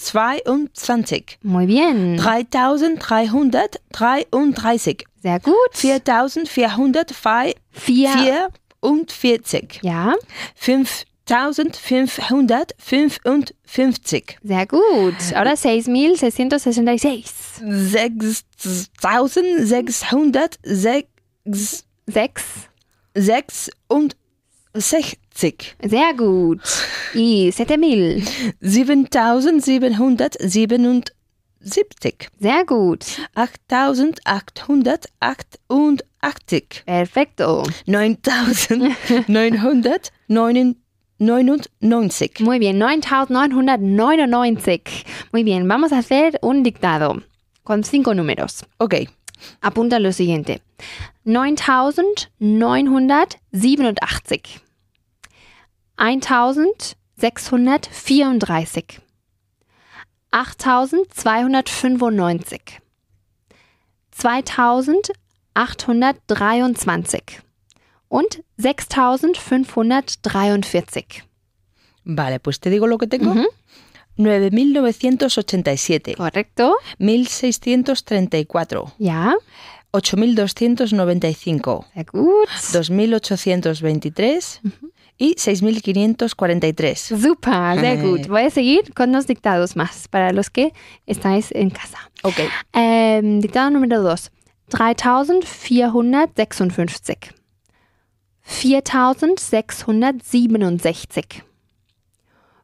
Speaker 3: 2222.
Speaker 2: muy bien,
Speaker 3: 3333.
Speaker 2: sehr gut.
Speaker 3: 4444.
Speaker 2: Vier. Ja,
Speaker 3: 5555.
Speaker 2: sehr gut. Ahora 6.666.
Speaker 3: 6666.
Speaker 2: 6, sehr gut. Y 7.000,
Speaker 3: 7777. 70.
Speaker 2: Sehr gut.
Speaker 3: 8888.
Speaker 2: Perfecto.
Speaker 3: 9999.
Speaker 2: Muy bien, 9999. Muy bien, vamos a hacer un dictado con cinco números.
Speaker 3: Ok,
Speaker 2: Apunta lo siguiente. 9987. 1634. 8295. 2823. Und 6543.
Speaker 3: vale, pues te digo lo que tengo. 9987,
Speaker 2: ¿Correcto?
Speaker 3: 1634,
Speaker 2: Ja,
Speaker 3: 8295,
Speaker 2: sehr gut.
Speaker 3: 2823 y 6543.
Speaker 2: Super, sehr
Speaker 3: Eh.
Speaker 2: gut. Voy a seguir con los dictados más para los que estáis en casa.
Speaker 3: Ok,
Speaker 2: Ähm, dictado número 2. 3456. 4667.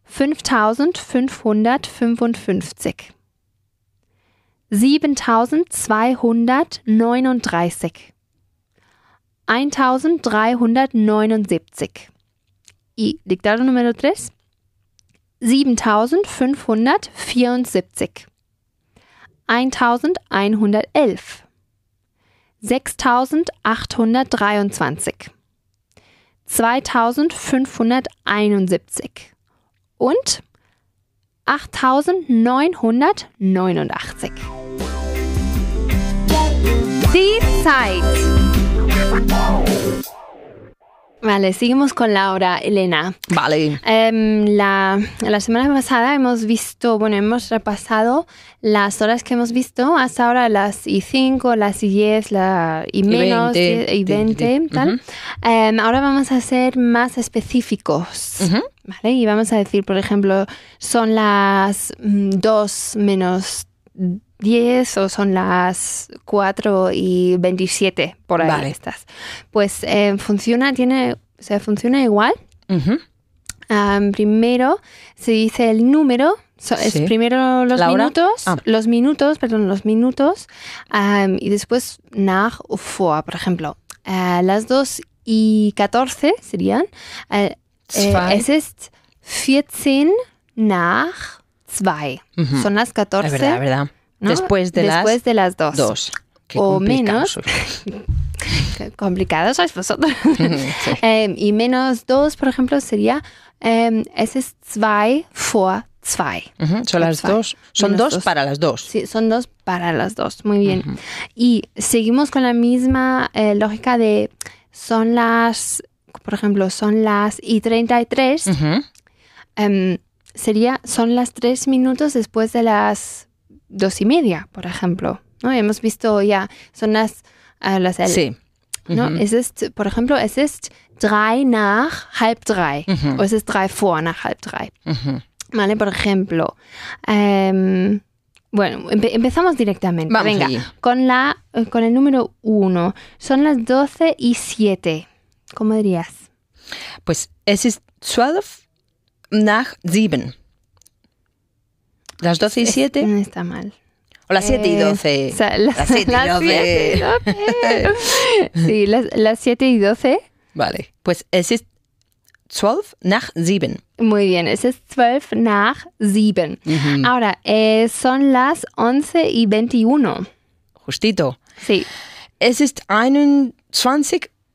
Speaker 2: 5555. 7239. 1379. Y dictado número 3. 7574. 1111, 6823, 2571 und 8989. Die Zeit. Vale, seguimos con Laura, Elena.
Speaker 3: vale.
Speaker 2: Em, la, la semana pasada hemos visto, bueno, hemos repasado las horas que hemos visto, hasta ahora las y 5, las y 10, la y menos,
Speaker 3: 20,
Speaker 2: y 20,
Speaker 3: ujú.
Speaker 2: tal. Em, ahora vamos a ser más específicos,
Speaker 3: Ujú.
Speaker 2: ¿vale? Y vamos a decir, por ejemplo, son las 2 menos 10 o son las 4 y 27, por ahí
Speaker 3: Vale.
Speaker 2: estas. Pues em, funciona, tiene, o sea, funciona igual.
Speaker 3: Ujú.
Speaker 2: Am, primero se dice el número. so-
Speaker 3: Sí.
Speaker 2: Es primero los
Speaker 3: ¿La hora?
Speaker 2: minutos,
Speaker 3: Ah.
Speaker 2: los minutos, perdón, los minutos, am, y después nach o vor, por ejemplo. Eh, las 2 y 14 serían. eh, eh,
Speaker 3: Zwei.
Speaker 2: es ist 14 nach 2.
Speaker 3: Ujú.
Speaker 2: Son las 14.
Speaker 3: Es verdad, es verdad.
Speaker 2: ¿no?
Speaker 3: Después de
Speaker 2: Después
Speaker 3: las
Speaker 2: de las 2.
Speaker 3: dos. Qué
Speaker 2: O
Speaker 3: complicados sois.
Speaker 2: Qué Complicados sois vosotros.
Speaker 3: Sí.
Speaker 2: Em, y menos 2, por ejemplo, sería em, es ist 2 vor 2.
Speaker 3: Ujú, Son las
Speaker 2: Zwei.
Speaker 3: dos. Son
Speaker 2: Menos
Speaker 3: dos
Speaker 2: dos.
Speaker 3: para las dos.
Speaker 2: Sí, son dos para las dos. Muy bien. Y seguimos con la misma eh, lógica de son las, por ejemplo, son las y 33.
Speaker 3: Ujú.
Speaker 2: em, sería, son las tres minutos después de las dos y media, por ejemplo. ¿no? Hemos visto ya, son las, eh, las
Speaker 3: Sí.
Speaker 2: ¿no?
Speaker 3: Ujú.
Speaker 2: Es ist, por ejemplo, es ist drei nach halb drei.
Speaker 3: Ujú.
Speaker 2: O es ist drei vor nach halb drei.
Speaker 3: Ujú.
Speaker 2: Vale, por ejemplo. em, bueno, empe- empezamos directamente.
Speaker 3: Vamos
Speaker 2: Venga,
Speaker 3: allí.
Speaker 2: con la eh, con el número uno. Son las 12 y 7. ¿Cómo dirías?
Speaker 3: Pues es ist 12 nach 7. Las 12 y 7.
Speaker 2: No está mal.
Speaker 3: O las 7 y
Speaker 2: Eh,
Speaker 3: 12.
Speaker 2: o sea, las,
Speaker 3: las siete y
Speaker 2: las
Speaker 3: doce.
Speaker 2: siete y doce. sí, las, las 7 y 12.
Speaker 3: Vale. Pues es ist 12 nach 7.
Speaker 2: Muy bien, es ist 12 nach 7.
Speaker 3: Ujú.
Speaker 2: Ahora, eh, son las 11 y 21.
Speaker 3: Justito.
Speaker 2: Sí,
Speaker 3: Es ist 21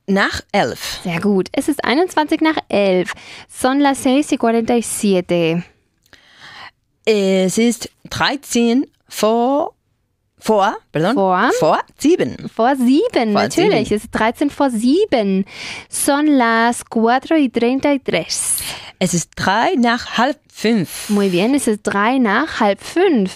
Speaker 3: nach 11.
Speaker 2: sehr gut. Es ist 21 nach 11. Son las 6 y 47.
Speaker 3: Es ist 13 vor. Vor, perdón.
Speaker 2: Vor.
Speaker 3: Vor 7.
Speaker 2: Vor 7,
Speaker 3: Vor
Speaker 2: natürlich. Es ist 13 vor 7. Son las 4 y 33.
Speaker 3: Es ist 3 nach halb 5.
Speaker 2: Muy bien, es ist 3 nach halb 5.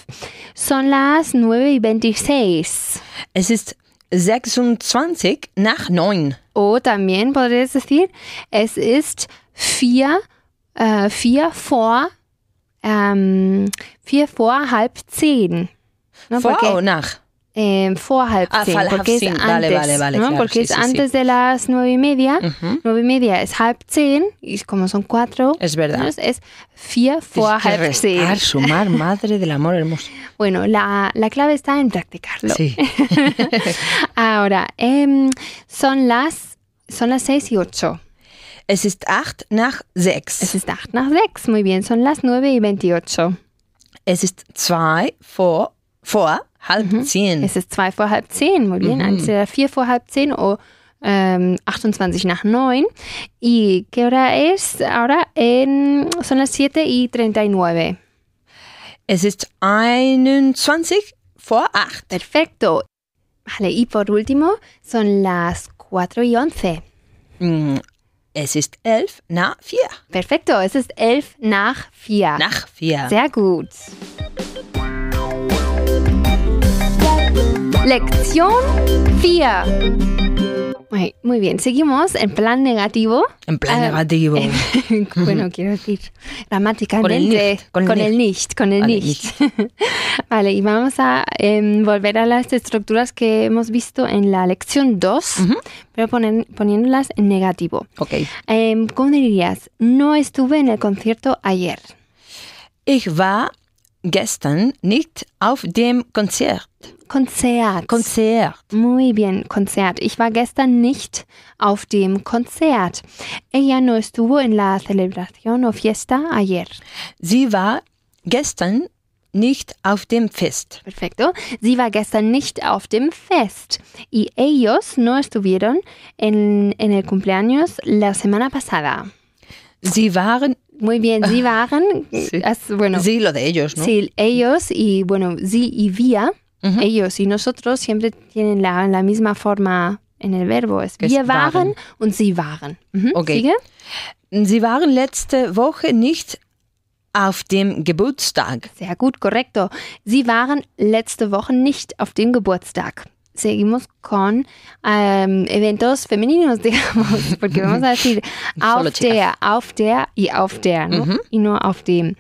Speaker 2: Son las 9 y 26.
Speaker 3: Es ist 26 nach 9.
Speaker 2: O también podrías decir, es ist 4, äh, 4 vor, ähm, 4 vor halb 10. No,
Speaker 3: Vor
Speaker 2: porque-
Speaker 3: o nach?
Speaker 2: eh, vorhalb
Speaker 3: Ah,
Speaker 2: zehn,
Speaker 3: vorhalb
Speaker 2: porque es
Speaker 3: zehn.
Speaker 2: antes,
Speaker 3: Vale, vale, vale,
Speaker 2: ¿no?
Speaker 3: claro,
Speaker 2: porque
Speaker 3: sí,
Speaker 2: es
Speaker 3: sí, Mm. sí.
Speaker 2: antes de las nueve y media,
Speaker 3: Ujú.
Speaker 2: nueve y media es halb zehn, y como son cuatro,
Speaker 3: Mhm. Es verdad.
Speaker 2: ¿no? es vier vor
Speaker 3: Tienes que
Speaker 2: halb
Speaker 3: restar,
Speaker 2: zehn.
Speaker 3: sumar, madre del amor hermoso.
Speaker 2: Bueno, la, la clave está en practicarlo.
Speaker 3: Sí.
Speaker 2: Ahora, em, son las son las seis y ocho.
Speaker 3: Es ist acht nach sechs.
Speaker 2: Es ist acht nach sechs, muy bien, son las nueve y veintiocho.
Speaker 3: Es ist zwei vor, vor halb zehn.
Speaker 2: Mhm. Es ist zwei vor halb zehn, muy bien, entweder vier vor halb zehn o em, 28 nach neun. ¿Y qué hora es? Ahora en, son las siete y treinta y nueve.
Speaker 3: Es ist 21 vor acht.
Speaker 2: Perfecto. Vale, y por último son las cuatro y once.
Speaker 3: Mm, Es ist elf nach vier.
Speaker 2: Perfecto, es ist elf nach vier.
Speaker 3: Nach vier.
Speaker 2: Sehr gut. Lección 4. Muy, muy bien, seguimos en plan negativo.
Speaker 3: En plan
Speaker 2: Ah,
Speaker 3: negativo.
Speaker 2: bueno, quiero decir gramaticalmente.
Speaker 3: Con el nicht, con el
Speaker 2: nicht, con el
Speaker 3: Vale,
Speaker 2: nicht. vale, y vamos a em, volver a las estructuras que hemos visto en la lección 2, pero ponen- poniéndolas en negativo.
Speaker 3: Okay.
Speaker 2: Em, ¿Cómo dirías? No estuve en el concierto ayer.
Speaker 3: Ich war gestern nicht auf dem Konzert.
Speaker 2: Konzert.
Speaker 3: Konzert.
Speaker 2: Muy bien, Konzert. Ich war gestern nicht auf dem Konzert. Ella no estuvo en la celebración o fiesta ayer.
Speaker 3: Sie war gestern nicht auf dem Fest.
Speaker 2: Perfecto. Sie war gestern nicht auf dem Fest. Y ellos no estuvieron en, en el cumpleaños la semana pasada.
Speaker 3: Sie waren,
Speaker 2: Muy bien, sie waren.
Speaker 3: Ah, Sí.
Speaker 2: as- bueno,
Speaker 3: sie lo de ellos, ¿no?
Speaker 2: sí, ellos y bueno, sie y wir,
Speaker 3: Ujú.
Speaker 2: ellos y nosotros siempre tienen la, la misma forma en el verbo. Es
Speaker 3: Es
Speaker 2: wir waren
Speaker 3: waren.
Speaker 2: und sie waren. Ujú,
Speaker 3: Ok.
Speaker 2: Sigue.
Speaker 3: Sie waren letzte Woche nicht auf dem Geburtstag.
Speaker 2: Sehr gut, correcto. Sie waren letzte Woche nicht auf dem Geburtstag. Seguimos con ähm, eventos femeninos, digamos, porque vamos a decir
Speaker 3: Solo
Speaker 2: auf
Speaker 3: chicas.
Speaker 2: der, auf der y auf der, ¿no? Y no auf dem.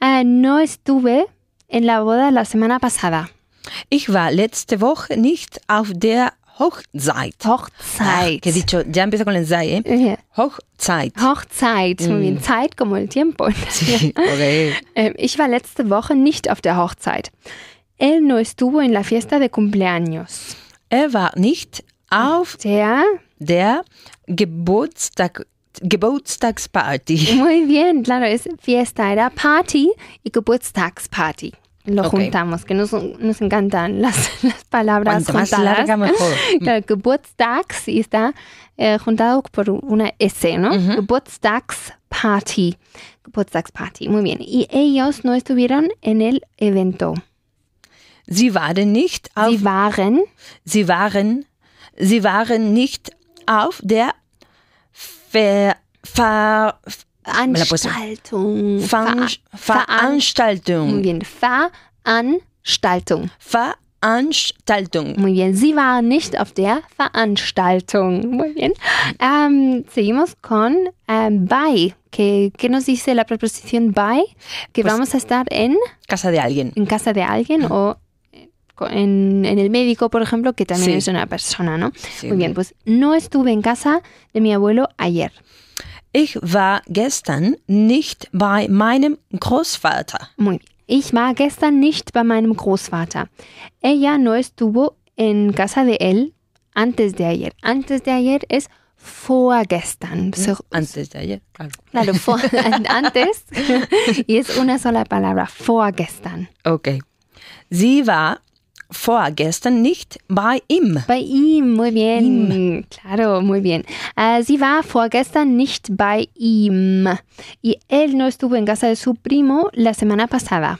Speaker 2: Äh, no estuve en la boda la semana pasada.
Speaker 3: Ich war letzte Woche nicht auf der Hochzeit. Ach,
Speaker 2: Hochzeit.
Speaker 3: que he dicho, ya empiezo con el Zai, ¿eh?
Speaker 2: Yeah.
Speaker 3: Hochzeit.
Speaker 2: Hochzeit. Muy bien. Zeit como el tiempo.
Speaker 3: Mm. Sí, ok.
Speaker 2: Ähm, ich war letzte Woche nicht auf der Hochzeit. Él no estuvo en la fiesta de cumpleaños.
Speaker 3: Er war nicht auf
Speaker 2: Der
Speaker 3: der Geburtstag, Geburtstagsparty.
Speaker 2: Muy bien, claro, es fiesta, era Party y Geburtstagsparty. Lo
Speaker 3: Ok.
Speaker 2: juntamos, que nos, nos encantan las, las palabras
Speaker 3: Cuanto más
Speaker 2: juntadas.
Speaker 3: larga, mejor.
Speaker 2: Claro, Geburtstags y está eh, juntado por una S, ¿no? Geburtstagsparty. Geburtstagsparty, muy bien. Y ellos no estuvieron en el evento.
Speaker 3: Sie waren nicht auf,
Speaker 2: Sie waren
Speaker 3: sie waren, sie waren nicht auf der Ver, Ver, la he puesto.
Speaker 2: Veranstaltung.
Speaker 3: Veran-
Speaker 2: Muy
Speaker 3: Veranstaltung.
Speaker 2: bien, Veranstaltung.
Speaker 3: Veranstaltung.
Speaker 2: Muy bien, sie waren nicht auf der Veranstaltung. Muy bien. Ähm, seguimos con ähm, by. ¿Qué, ¿Qué nos dice la preposición by? Que
Speaker 3: Pues-
Speaker 2: vamos a estar en,
Speaker 3: Casa de alguien.
Speaker 2: en casa de alguien o co- en, en el médico, por ejemplo, que también
Speaker 3: Sí.
Speaker 2: es una persona, ¿no?
Speaker 3: Sí.
Speaker 2: Muy bien, pues no estuve en casa de mi abuelo ayer.
Speaker 3: Ich war gestern nicht bei meinem Großvater.
Speaker 2: Muy bien. Ich war gestern nicht bei meinem Großvater. Ella no estuvo en casa de él antes de ayer. Antes de ayer es vorgestern. So-
Speaker 3: Antes de ayer, claro.
Speaker 2: Claro, vor, antes. y es una sola palabra, vorgestern.
Speaker 3: Okay. Sie war vorgestern nicht bei ihm.
Speaker 2: Bei ihm, muy bien. Claro, muy bien. Ah, sie war vorgestern nicht bei ihm. Y él no estuvo en casa de su primo la semana pasada.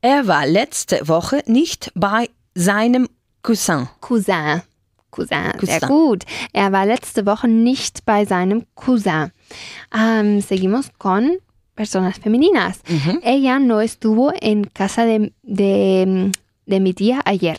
Speaker 3: Er war letzte Woche nicht bei seinem Cousin.
Speaker 2: Cousin. Cousin, sehr
Speaker 3: Cousin.
Speaker 2: gut. Er war letzte Woche nicht bei seinem Cousin. Ähm, seguimos con personas femeninas. Ella no estuvo en casa de, de, de mi tía ayer.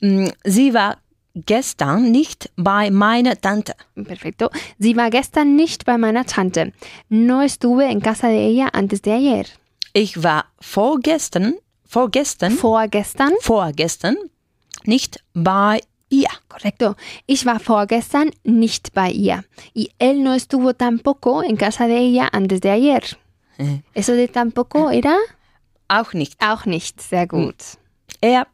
Speaker 3: Mm, Sie war gestern nicht bei meiner Tante.
Speaker 2: Perfecto. Sie war gestern nicht bei meiner Tante. No estuve en casa de ella antes de ayer.
Speaker 3: Ich war vorgestern, vorgestern,
Speaker 2: Vorgestern
Speaker 3: vorgestern nicht bei ihr.
Speaker 2: Correcto. Ich war vorgestern nicht bei ihr. Y él no estuvo tampoco en casa de ella antes de ayer. Eso de tampoco era
Speaker 3: Auch nicht.
Speaker 2: auch nicht
Speaker 3: Hm.
Speaker 2: sehr gut.
Speaker 3: Er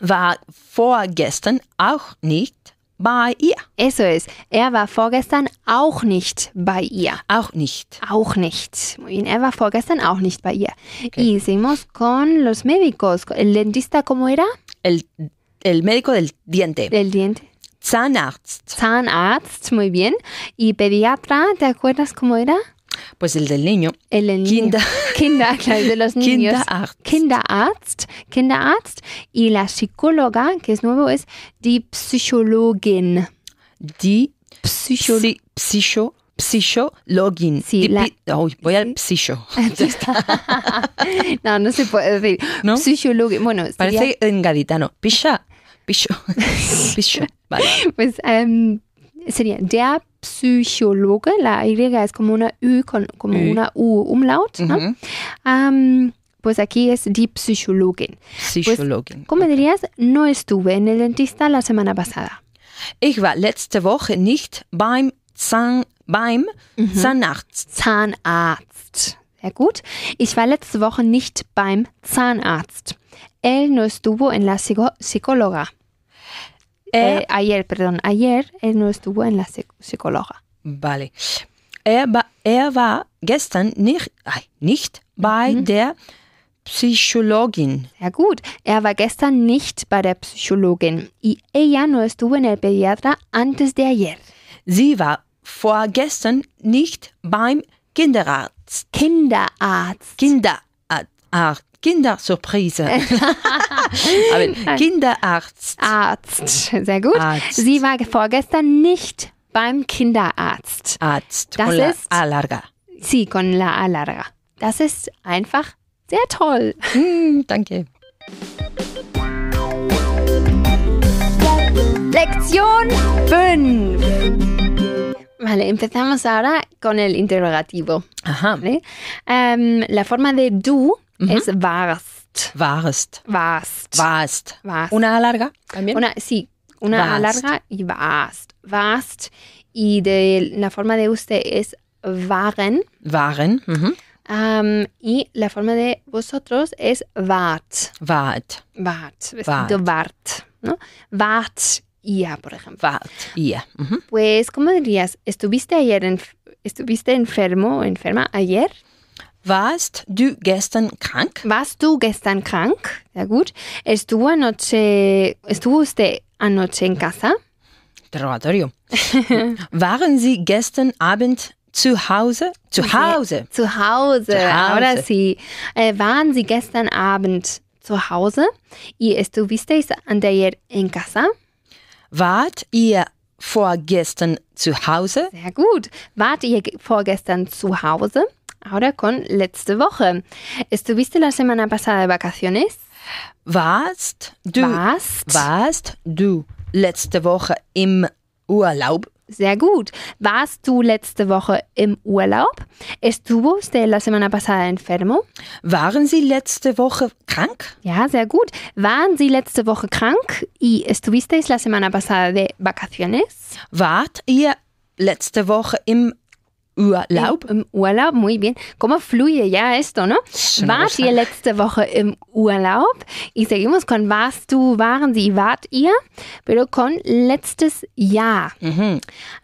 Speaker 3: war vorgestern auch nicht bei ihr.
Speaker 2: Eso es. Er war vorgestern auch nicht bei ihr.
Speaker 3: Auch nicht.
Speaker 2: Auch nicht. Muy bien. Er war vorgestern auch nicht bei ihr. Y seguimos con los médicos. ¿El dentista cómo era?
Speaker 3: El, el médico del diente.
Speaker 2: El diente.
Speaker 3: Zahnarzt.
Speaker 2: Zahnarzt, muy bien. Y pediatra, ¿te acuerdas cómo era?
Speaker 3: Pues el del niño.
Speaker 2: El, del niño.
Speaker 3: Kinder.
Speaker 2: Kinder, claro, el de los niños.
Speaker 3: Kinderarzt.
Speaker 2: Kinderarzt, Kinderarzt. Y la psicóloga, que es nuevo, es die Psychologin.
Speaker 3: Die
Speaker 2: Psycho-
Speaker 3: psi- psicho, psichologin.
Speaker 2: Sí,
Speaker 3: Die
Speaker 2: la-
Speaker 3: pi- Ay, voy al psicho.
Speaker 2: no, no se puede decir.
Speaker 3: ¿No?
Speaker 2: Psychologin. Bueno, sería-
Speaker 3: Parece en gaditano. Pisha. Pisho. Pisho. Vale.
Speaker 2: Pues em, sería der Psychologe, la Y es como una U, con, como
Speaker 3: Ü.
Speaker 2: una U umlaut, ¿no?
Speaker 3: Ujú.
Speaker 2: Am, pues aquí es die Psychologin.
Speaker 3: Psychologin.
Speaker 2: ¿Cómo dirías? No estuve en el dentista la semana pasada.
Speaker 3: Ich war letzte Woche nicht beim Zahn, beim Zahnarzt.
Speaker 2: Zahnarzt. Sehr gut. Ich war letzte Woche nicht beim Zahnarzt. Él no estuvo en la psico- psicóloga.
Speaker 3: Er,
Speaker 2: Eh, ayer, perdón, ayer él no estuvo en la psic- psicóloga.
Speaker 3: vale. Er, ba- er war gestern nicht, ay, nicht bei der Psychologin.
Speaker 2: Sehr gut. Er war gestern nicht bei der Psychologin. Y ella no estuvo en el pediatra antes de ayer.
Speaker 3: Sie war vorgestern nicht beim Kinderarzt.
Speaker 2: Kinderarzt.
Speaker 3: Kinderarzt. Kindersurprise. Aber Kinderarzt.
Speaker 2: Arzt. Sehr gut.
Speaker 3: Arzt.
Speaker 2: Sie war vorgestern nicht beim Kinderarzt.
Speaker 3: Arzt.
Speaker 2: Das
Speaker 3: con la
Speaker 2: ist-
Speaker 3: A larga.
Speaker 2: Sie con la A larga. Das ist einfach sehr toll.
Speaker 3: Mm, danke.
Speaker 2: Lección 5. Vale, empezamos ahora con el interrogativo.
Speaker 3: Aha.
Speaker 2: ¿vale? Em, la forma de du
Speaker 3: Mhm.
Speaker 2: es warst.
Speaker 3: Warst.
Speaker 2: Warst.
Speaker 3: Warst.
Speaker 2: Warst.
Speaker 3: Una A larga. También.
Speaker 2: Una, sí, una A
Speaker 3: Warst.
Speaker 2: larga y warst. Warst. Y de la forma de usted es waren.
Speaker 3: Waren. Mhm.
Speaker 2: Am, y la forma de vosotros es wart.
Speaker 3: Wart.
Speaker 2: Wart. Es
Speaker 3: Wart.
Speaker 2: gewart. ¿no? Wart ihr, por ejemplo.
Speaker 3: Wart. Ihr. Mhm.
Speaker 2: Pues, ¿cómo dirías? ¿Estuviste ayer enf- estuviste enfermo o enferma ayer?
Speaker 3: Warst du gestern krank?
Speaker 2: ¿Vas tú gestern krank? Sehr gut. ¿Estuvo anoche, estuvo usted anoche en casa?
Speaker 3: Interrogatorio. Waren Sie gestern Abend zu Hause? Zu Hause.
Speaker 2: Zu Hause.
Speaker 3: Zu Hause.
Speaker 2: Ahora sí. Eh, ¿Waren Sie gestern Abend zu Hause? ¿Y estuvisteis anteayer en casa?
Speaker 3: Wart ihr vorgestern zu Hause?
Speaker 2: Sehr gut. Wart ihr ge- vorgestern zu Hause? Ahora con letzte Woche. ¿Estuviste la semana pasada de vacaciones?
Speaker 3: Warst du,
Speaker 2: Warst?
Speaker 3: warst du letzte Woche im Urlaub?
Speaker 2: Sehr gut. Warst du letzte Woche im Urlaub? ¿Estuvo usted la semana pasada enfermo?
Speaker 3: Waren Sie letzte Woche krank?
Speaker 2: Ja, sehr gut. Waren Sie letzte Woche krank? ¿Y estuvisteis la semana pasada de vacaciones?
Speaker 3: Wart ihr letzte Woche im Urlaub?
Speaker 2: Im, im Urlaub, em, muy bien. ¿Cómo fluye ya esto, no?
Speaker 3: una
Speaker 2: Wart
Speaker 3: cosa.
Speaker 2: ihr letzte Woche im Urlaub? em, Y seguimos con warst du, waren Sie, wart ihr? Pero con letztes Jahr. Eh,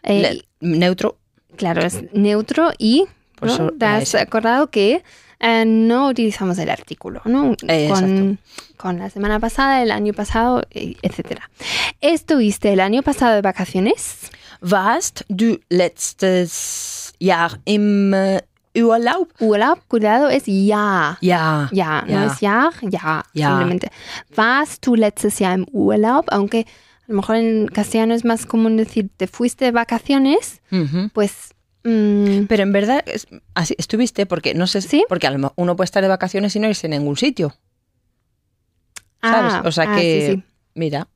Speaker 3: Le- neutro.
Speaker 2: claro, es neutro y
Speaker 3: Por
Speaker 2: ¿no?
Speaker 3: eso
Speaker 2: te
Speaker 3: era
Speaker 2: has
Speaker 3: ese.
Speaker 2: acordado que eh, no utilizamos el artículo, ¿no?
Speaker 3: Eh,
Speaker 2: con, con la semana pasada, el año pasado, eh, etcétera. ¿Estuviste el año pasado de vacaciones?
Speaker 3: Warst du letztes Jahr im äh, Urlaub?
Speaker 2: Urlaub, cuidado, es ya.
Speaker 3: Ja.
Speaker 2: Ja,
Speaker 3: Ja.
Speaker 2: neues Jahr, ja,
Speaker 3: Ja.
Speaker 2: simplemente. Warst du letztes Jahr im Urlaub? Aunque a lo mejor en castellano es más común decir, te fuiste de vacaciones,
Speaker 3: Mhm.
Speaker 2: pues... mm,
Speaker 3: Pero en verdad es- así estuviste porque no sé,
Speaker 2: ¿Sí?
Speaker 3: porque a lo mejor uno puede estar de vacaciones y no irse a ningún sitio, ¿sabes?
Speaker 2: ah,
Speaker 3: o sea
Speaker 2: ah,
Speaker 3: que
Speaker 2: sí, sí.
Speaker 3: mira,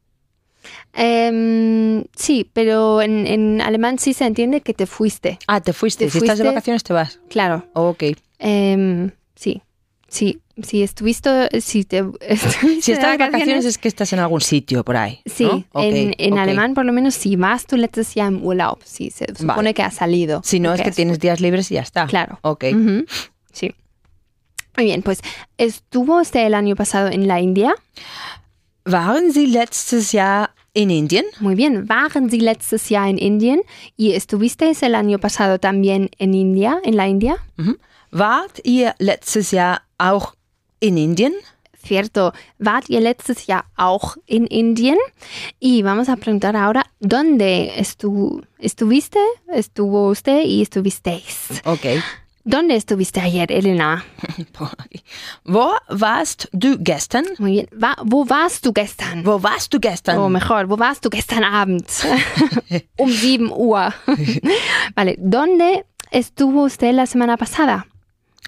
Speaker 2: Em, sí, pero en, en alemán sí se entiende que te fuiste.
Speaker 3: ah, te fuiste,
Speaker 2: Te
Speaker 3: si estás de
Speaker 2: fuiste.
Speaker 3: vacaciones te vas.
Speaker 2: Claro.
Speaker 3: Ok.
Speaker 2: Em, sí. Sí, si estuviste, si te estuviste
Speaker 3: Si estás de vacaciones es que estás en algún sitio por ahí.
Speaker 2: Sí,
Speaker 3: ¿no? Ok,
Speaker 2: en, en
Speaker 3: ok.
Speaker 2: alemán por lo menos si vas tú letztes Jahr im Urlaub, sí, se supone
Speaker 3: Vale.
Speaker 2: que has salido.
Speaker 3: Si no, es
Speaker 2: porque
Speaker 3: que tienes días libres y ya está.
Speaker 2: Claro.
Speaker 3: Ok.
Speaker 2: Ujú, Sí. Muy bien, pues estuvo usted el año pasado en la India.
Speaker 3: ¿Waren Sie letztes Jahr in Indien?
Speaker 2: Muy bien, waren Sie letztes Jahr in Indien y estuvisteis el año pasado también en India, en la India.
Speaker 3: Mhm. Wart ihr letztes Jahr auch in Indien?
Speaker 2: Cierto, wart ihr letztes Jahr auch in Indien? Y vamos a preguntar ahora, ¿dónde estu estuviste? ¿Estuvo usted y estuvisteis?
Speaker 3: Okay.
Speaker 2: ¿Dónde estuviste ayer, Elena?
Speaker 3: Wo warst du gestern?
Speaker 2: Muy bien, Wa- ¿wo warst du gestern?
Speaker 3: Wo warst du gestern?
Speaker 2: O Oh, mejor, ¿wo warst du gestern Abend? um 7 Uhr. vale, ¿dónde estuvo usted la semana pasada?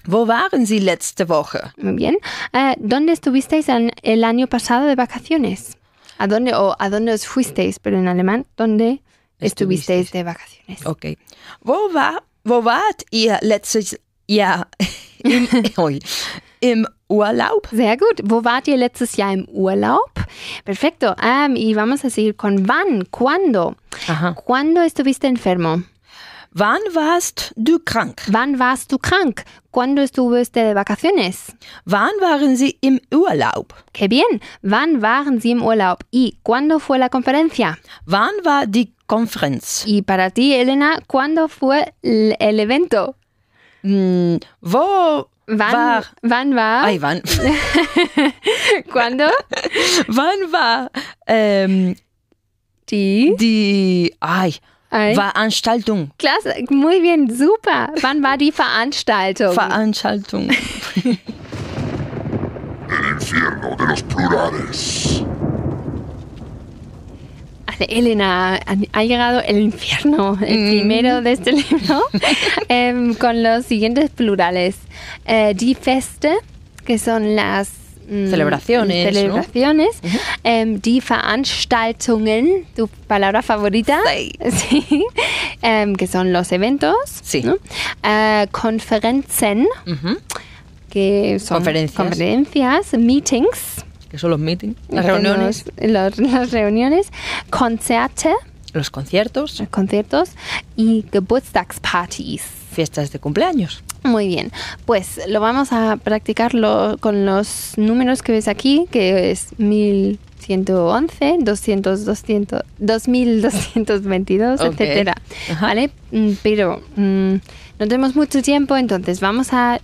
Speaker 3: Wo waren Sie letzte Woche?
Speaker 2: Muy bien. Eh, ¿Dónde estuvisteis an- el año pasado de vacaciones? ¿A dónde o a dónde os fuisteis? Pero en alemán, ¿dónde estuvisteis
Speaker 3: Estuvisteis.
Speaker 2: de vacaciones?
Speaker 3: Okay. Wo, war, wo wart ihr letztes Jahr im, ui, im Urlaub?
Speaker 2: Sehr gut. Wo wart ihr letztes Jahr im Urlaub? Perfecto. Ah, y vamos a seguir con wann, cuándo.
Speaker 3: Aha.
Speaker 2: ¿Cuándo estuviste enfermo?
Speaker 3: Wann warst du krank?
Speaker 2: Wann warst du krank? ¿Cuándo estuviste de vacaciones?
Speaker 3: Wann waren Sie im Urlaub?
Speaker 2: Qué bien. Wann waren Sie im Urlaub? ¿Y cuándo fue la conferencia?
Speaker 3: Wann war die Konferenz?
Speaker 2: Y para ti, Elena, ¿cuándo fue el el evento?
Speaker 3: Hm, Wo
Speaker 2: Wann,
Speaker 3: war...
Speaker 2: wann war?
Speaker 3: Ay, wann,
Speaker 2: ¿Cuándo?
Speaker 3: wann war ähm,
Speaker 2: Die.
Speaker 3: die ay,
Speaker 2: Ay.
Speaker 3: Veranstaltung?
Speaker 2: Klasse, muy bien, super. Wann war die Veranstaltung?
Speaker 3: Veranstaltung.
Speaker 1: El infierno de los plurales.
Speaker 2: Vale, Elena, ha- ha llegado el infierno, el
Speaker 3: Mm.
Speaker 2: primero de este libro, em, con los siguientes plurales. Eh, die Feste, que son las mm,
Speaker 3: Celebraciones, ¿no?
Speaker 2: celebraciones. Em, die Veranstaltungen, tu palabra favorita,
Speaker 3: Sí.
Speaker 2: Sí. Em, que son los eventos.
Speaker 3: Sí.
Speaker 2: ¿no? Eh, Konferenzen,
Speaker 3: Mhm.
Speaker 2: que son
Speaker 3: Conferencias.
Speaker 2: conferencias, meetings,
Speaker 3: Que son los meetings, las reuniones,
Speaker 2: los- los- las reuniones, concerte,
Speaker 3: los conciertos,
Speaker 2: conciertos y Geburtstagspartys.
Speaker 3: fiestas de cumpleaños.
Speaker 2: Muy bien, pues lo vamos a practicar lo- con los números que ves aquí, que es 1111, 200, 200, 2222,
Speaker 3: Ok.
Speaker 2: etcétera.
Speaker 3: Ajá.
Speaker 2: ¿Vale? Mm, Pero mm, no tenemos mucho tiempo, entonces vamos a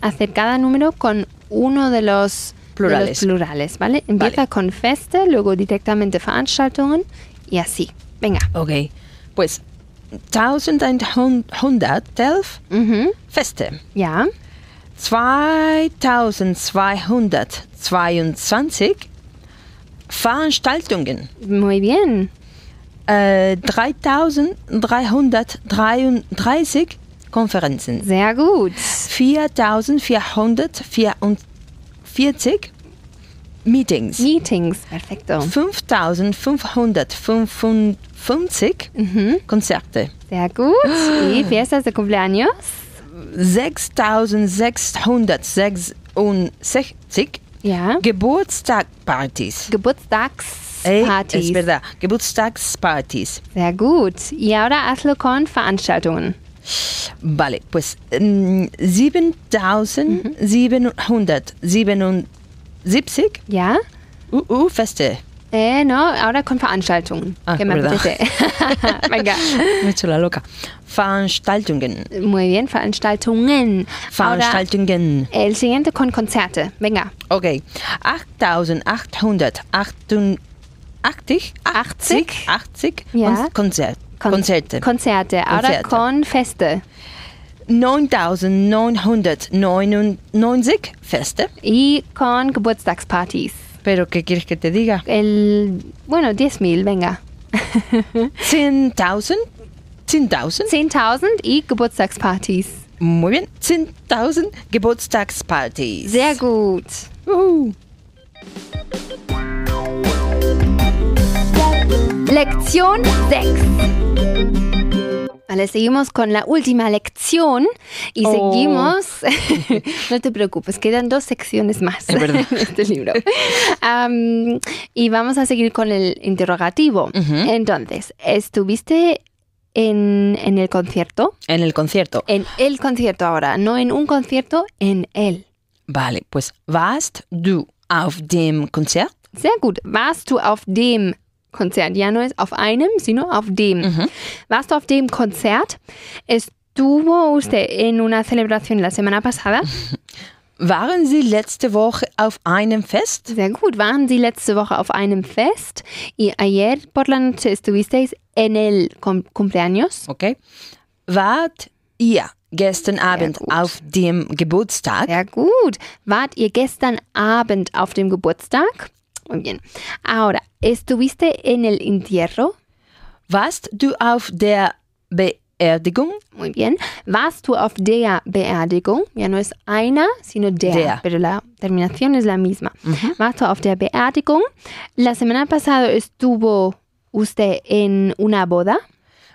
Speaker 2: hacer cada número con uno de los de los
Speaker 3: Plurales.
Speaker 2: plurales, ¿vale? Empieza con Feste, luego directamente Veranstaltungen y así. Venga.
Speaker 3: Okay. Pues 1111
Speaker 2: Ujú.
Speaker 3: Feste.
Speaker 2: Ya.
Speaker 3: 2222 Veranstaltungen.
Speaker 2: Muy bien.
Speaker 3: Äh, 3333 Konferenzen.
Speaker 2: Sehr gut.
Speaker 3: 4444 Meetings.
Speaker 2: Meetings, perfecto.
Speaker 3: 5555 Konzerte.
Speaker 2: Sehr gut. Y fiestas de cumpleaños.
Speaker 3: 6666
Speaker 2: Ya.
Speaker 3: Geburtstagpartys. Ey, Es
Speaker 2: Geburtstagspartys.
Speaker 3: verdad, Geburtstagspartys.
Speaker 2: Sehr gut. Y ahora hazlo con Veranstaltungen.
Speaker 3: Vale, pues mm, 7777
Speaker 2: Ya.
Speaker 3: Uh, UU-Feste.
Speaker 2: Eh, no, ahora con Veranstaltungen.
Speaker 3: Ah,
Speaker 2: que me
Speaker 3: verdad.
Speaker 2: apetece. Venga.
Speaker 3: Me he hecho la loca. Veranstaltungen.
Speaker 2: Muy bien, Veranstaltungen. Ahora
Speaker 3: Veranstaltungen.
Speaker 2: el siguiente con Konzerte. Venga.
Speaker 3: Okay. 8888
Speaker 2: 80?
Speaker 3: 80, 80
Speaker 2: Ja.
Speaker 3: und Konzert,
Speaker 2: Kon-
Speaker 3: Konzerte.
Speaker 2: Konzerte. Ahora
Speaker 3: Konzerte.
Speaker 2: con Feste.
Speaker 3: 9999 Feste.
Speaker 2: Y con Geburtstagspartys.
Speaker 3: Pero ¿qué quieres que te diga?
Speaker 2: El, bueno, 10.000, venga.
Speaker 3: 10.000 10.000
Speaker 2: 10.000 y Geburtstagspartys.
Speaker 3: Muy bien. 10.000 Geburtstagspartys.
Speaker 2: Sehr gut.
Speaker 3: Uhu.
Speaker 2: Lektion 6. Vale, seguimos con la última lección y
Speaker 3: Oh.
Speaker 2: seguimos. no te preocupes, quedan dos secciones más
Speaker 3: Es verdad.
Speaker 2: en este libro. Am, y vamos a seguir con el interrogativo.
Speaker 3: Ujú.
Speaker 2: Entonces, ¿estuviste en, en el concierto?
Speaker 3: En el concierto.
Speaker 2: En el concierto ahora, no en un concierto, en el.
Speaker 3: Vale, pues warst du auf dem Konzert?
Speaker 2: Sehr gut. Warst du auf dem Konzert? Ja, no es auf einem, sino auf dem.
Speaker 3: Ujú.
Speaker 2: Warst du auf dem Konzert? Estuvo usted en una celebración la semana pasada.
Speaker 3: Waren Sie letzte Woche auf einem Fest?
Speaker 2: Sehr gut. Waren Sie letzte Woche auf einem Fest? Y ayer por la noche estuvisteis en el cum- cumpleaños.
Speaker 3: Okay. Wart ihr gestern Abend
Speaker 2: gut.
Speaker 3: auf dem Geburtstag?
Speaker 2: Sehr gut. Wart ihr gestern Abend auf dem Geburtstag? Muy bien. Ahora, ¿estuviste en el entierro?
Speaker 3: Warst du auf der Beerdigung?
Speaker 2: Muy bien. Warst du auf der Beerdigung? Ja, no es einer, sino der,
Speaker 3: Der.
Speaker 2: pero la terminación es la misma. Warst du auf der Beerdigung? La semana pasada estuvo usted en una boda.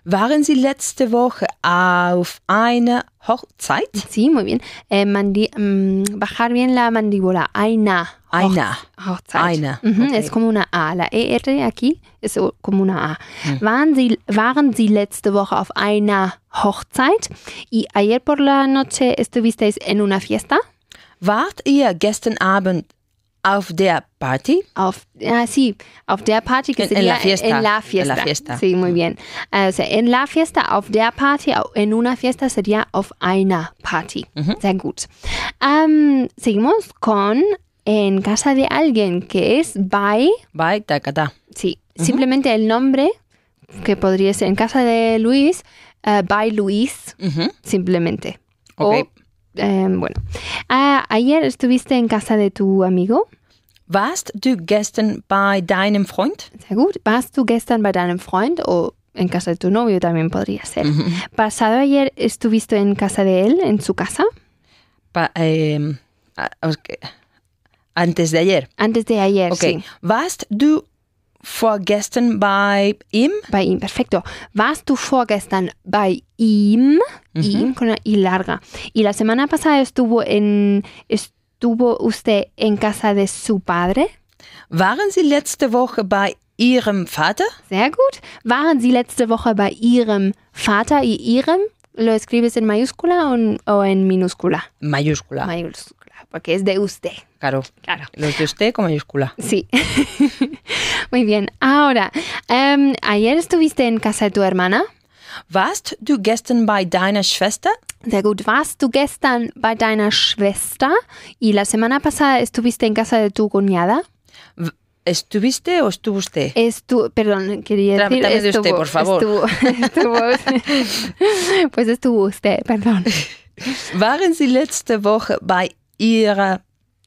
Speaker 3: Waren Sie letzte Woche auf einer Hochzeit?
Speaker 2: Sí, muy bien. Eh, mandi- mm, bajar bien la mandíbula. Aina.
Speaker 3: Einer.
Speaker 2: Hochzeit.
Speaker 3: Aina,
Speaker 2: Mhm,
Speaker 3: okay.
Speaker 2: Es como una A. La ER aquí es o- como una A.
Speaker 3: Mm.
Speaker 2: Waren, Sie, waren Sie letzte Woche auf einer Hochzeit? Y ayer por la noche estuvisteis en una fiesta?
Speaker 3: Wart ihr gestern Abend auf der Party?
Speaker 2: Auf, ah, sí, auf der Party que
Speaker 3: En- en
Speaker 2: sería
Speaker 3: la fiesta,
Speaker 2: en la
Speaker 3: en la
Speaker 2: fiesta.
Speaker 3: fiesta. Mm.
Speaker 2: Sí, muy bien. Ah, O sea, en la fiesta, auf der Party, au- en una fiesta sería auf einer Party. Sehr gut. Am, seguimos con en casa de alguien, que es by,
Speaker 3: Bei Takata.
Speaker 2: sí, simplemente el nombre, que podría ser en casa de Luis, eh, by Luis,
Speaker 3: Mhm.
Speaker 2: simplemente.
Speaker 3: Ok.
Speaker 2: O, eh, bueno, Ah, ayer estuviste en casa de tu amigo.
Speaker 3: Warst du gestern bei deinem Freund?
Speaker 2: Sehr gut. Warst du gestern bei deinem Freund o en casa de tu novio también podría ser? Pasado ayer estuviste en casa de él, en su casa.
Speaker 3: Bei, ähm, ah, okay. Antes de ayer.
Speaker 2: Antes de ayer,
Speaker 3: Okay.
Speaker 2: Äh, sí.
Speaker 3: Warst du vorgestern bei ihm?
Speaker 2: Bei ihm, perfecto. Warst du vorgestern bei ihm? Ihm con una I larga. Y la semana pasada estuvo en... ¿Estuvo usted en casa de su padre?
Speaker 3: Waren Sie letzte Woche bei Ihrem Vater?
Speaker 2: Sehr gut. Waren Sie letzte Woche bei Ihrem Vater? Y Ihrem, ¿lo escribes en mayúscula o en, o en minúscula?
Speaker 3: Mayúscula.
Speaker 2: Mayúscula, porque es de usted.
Speaker 3: claro.
Speaker 2: Claro.
Speaker 3: Los de usted con mayúscula.
Speaker 2: Sí. Muy bien. Ahora, em, ayer estuviste en casa de tu hermana.
Speaker 3: Warst du gestern bei deiner Schwester?
Speaker 2: Sehr gut. Warst du gestern bei deiner Schwester? Y la semana pasada estuviste en casa de tu cuñada.
Speaker 3: W- ¿Estuviste o estuvo usted?
Speaker 2: Estu perdón, quería decir.
Speaker 3: Trátame de usted, por favor.
Speaker 2: Estuvo, estuvo- pues estuvo usted, perdón.
Speaker 3: Waren Sie letzte Woche bei Ihrer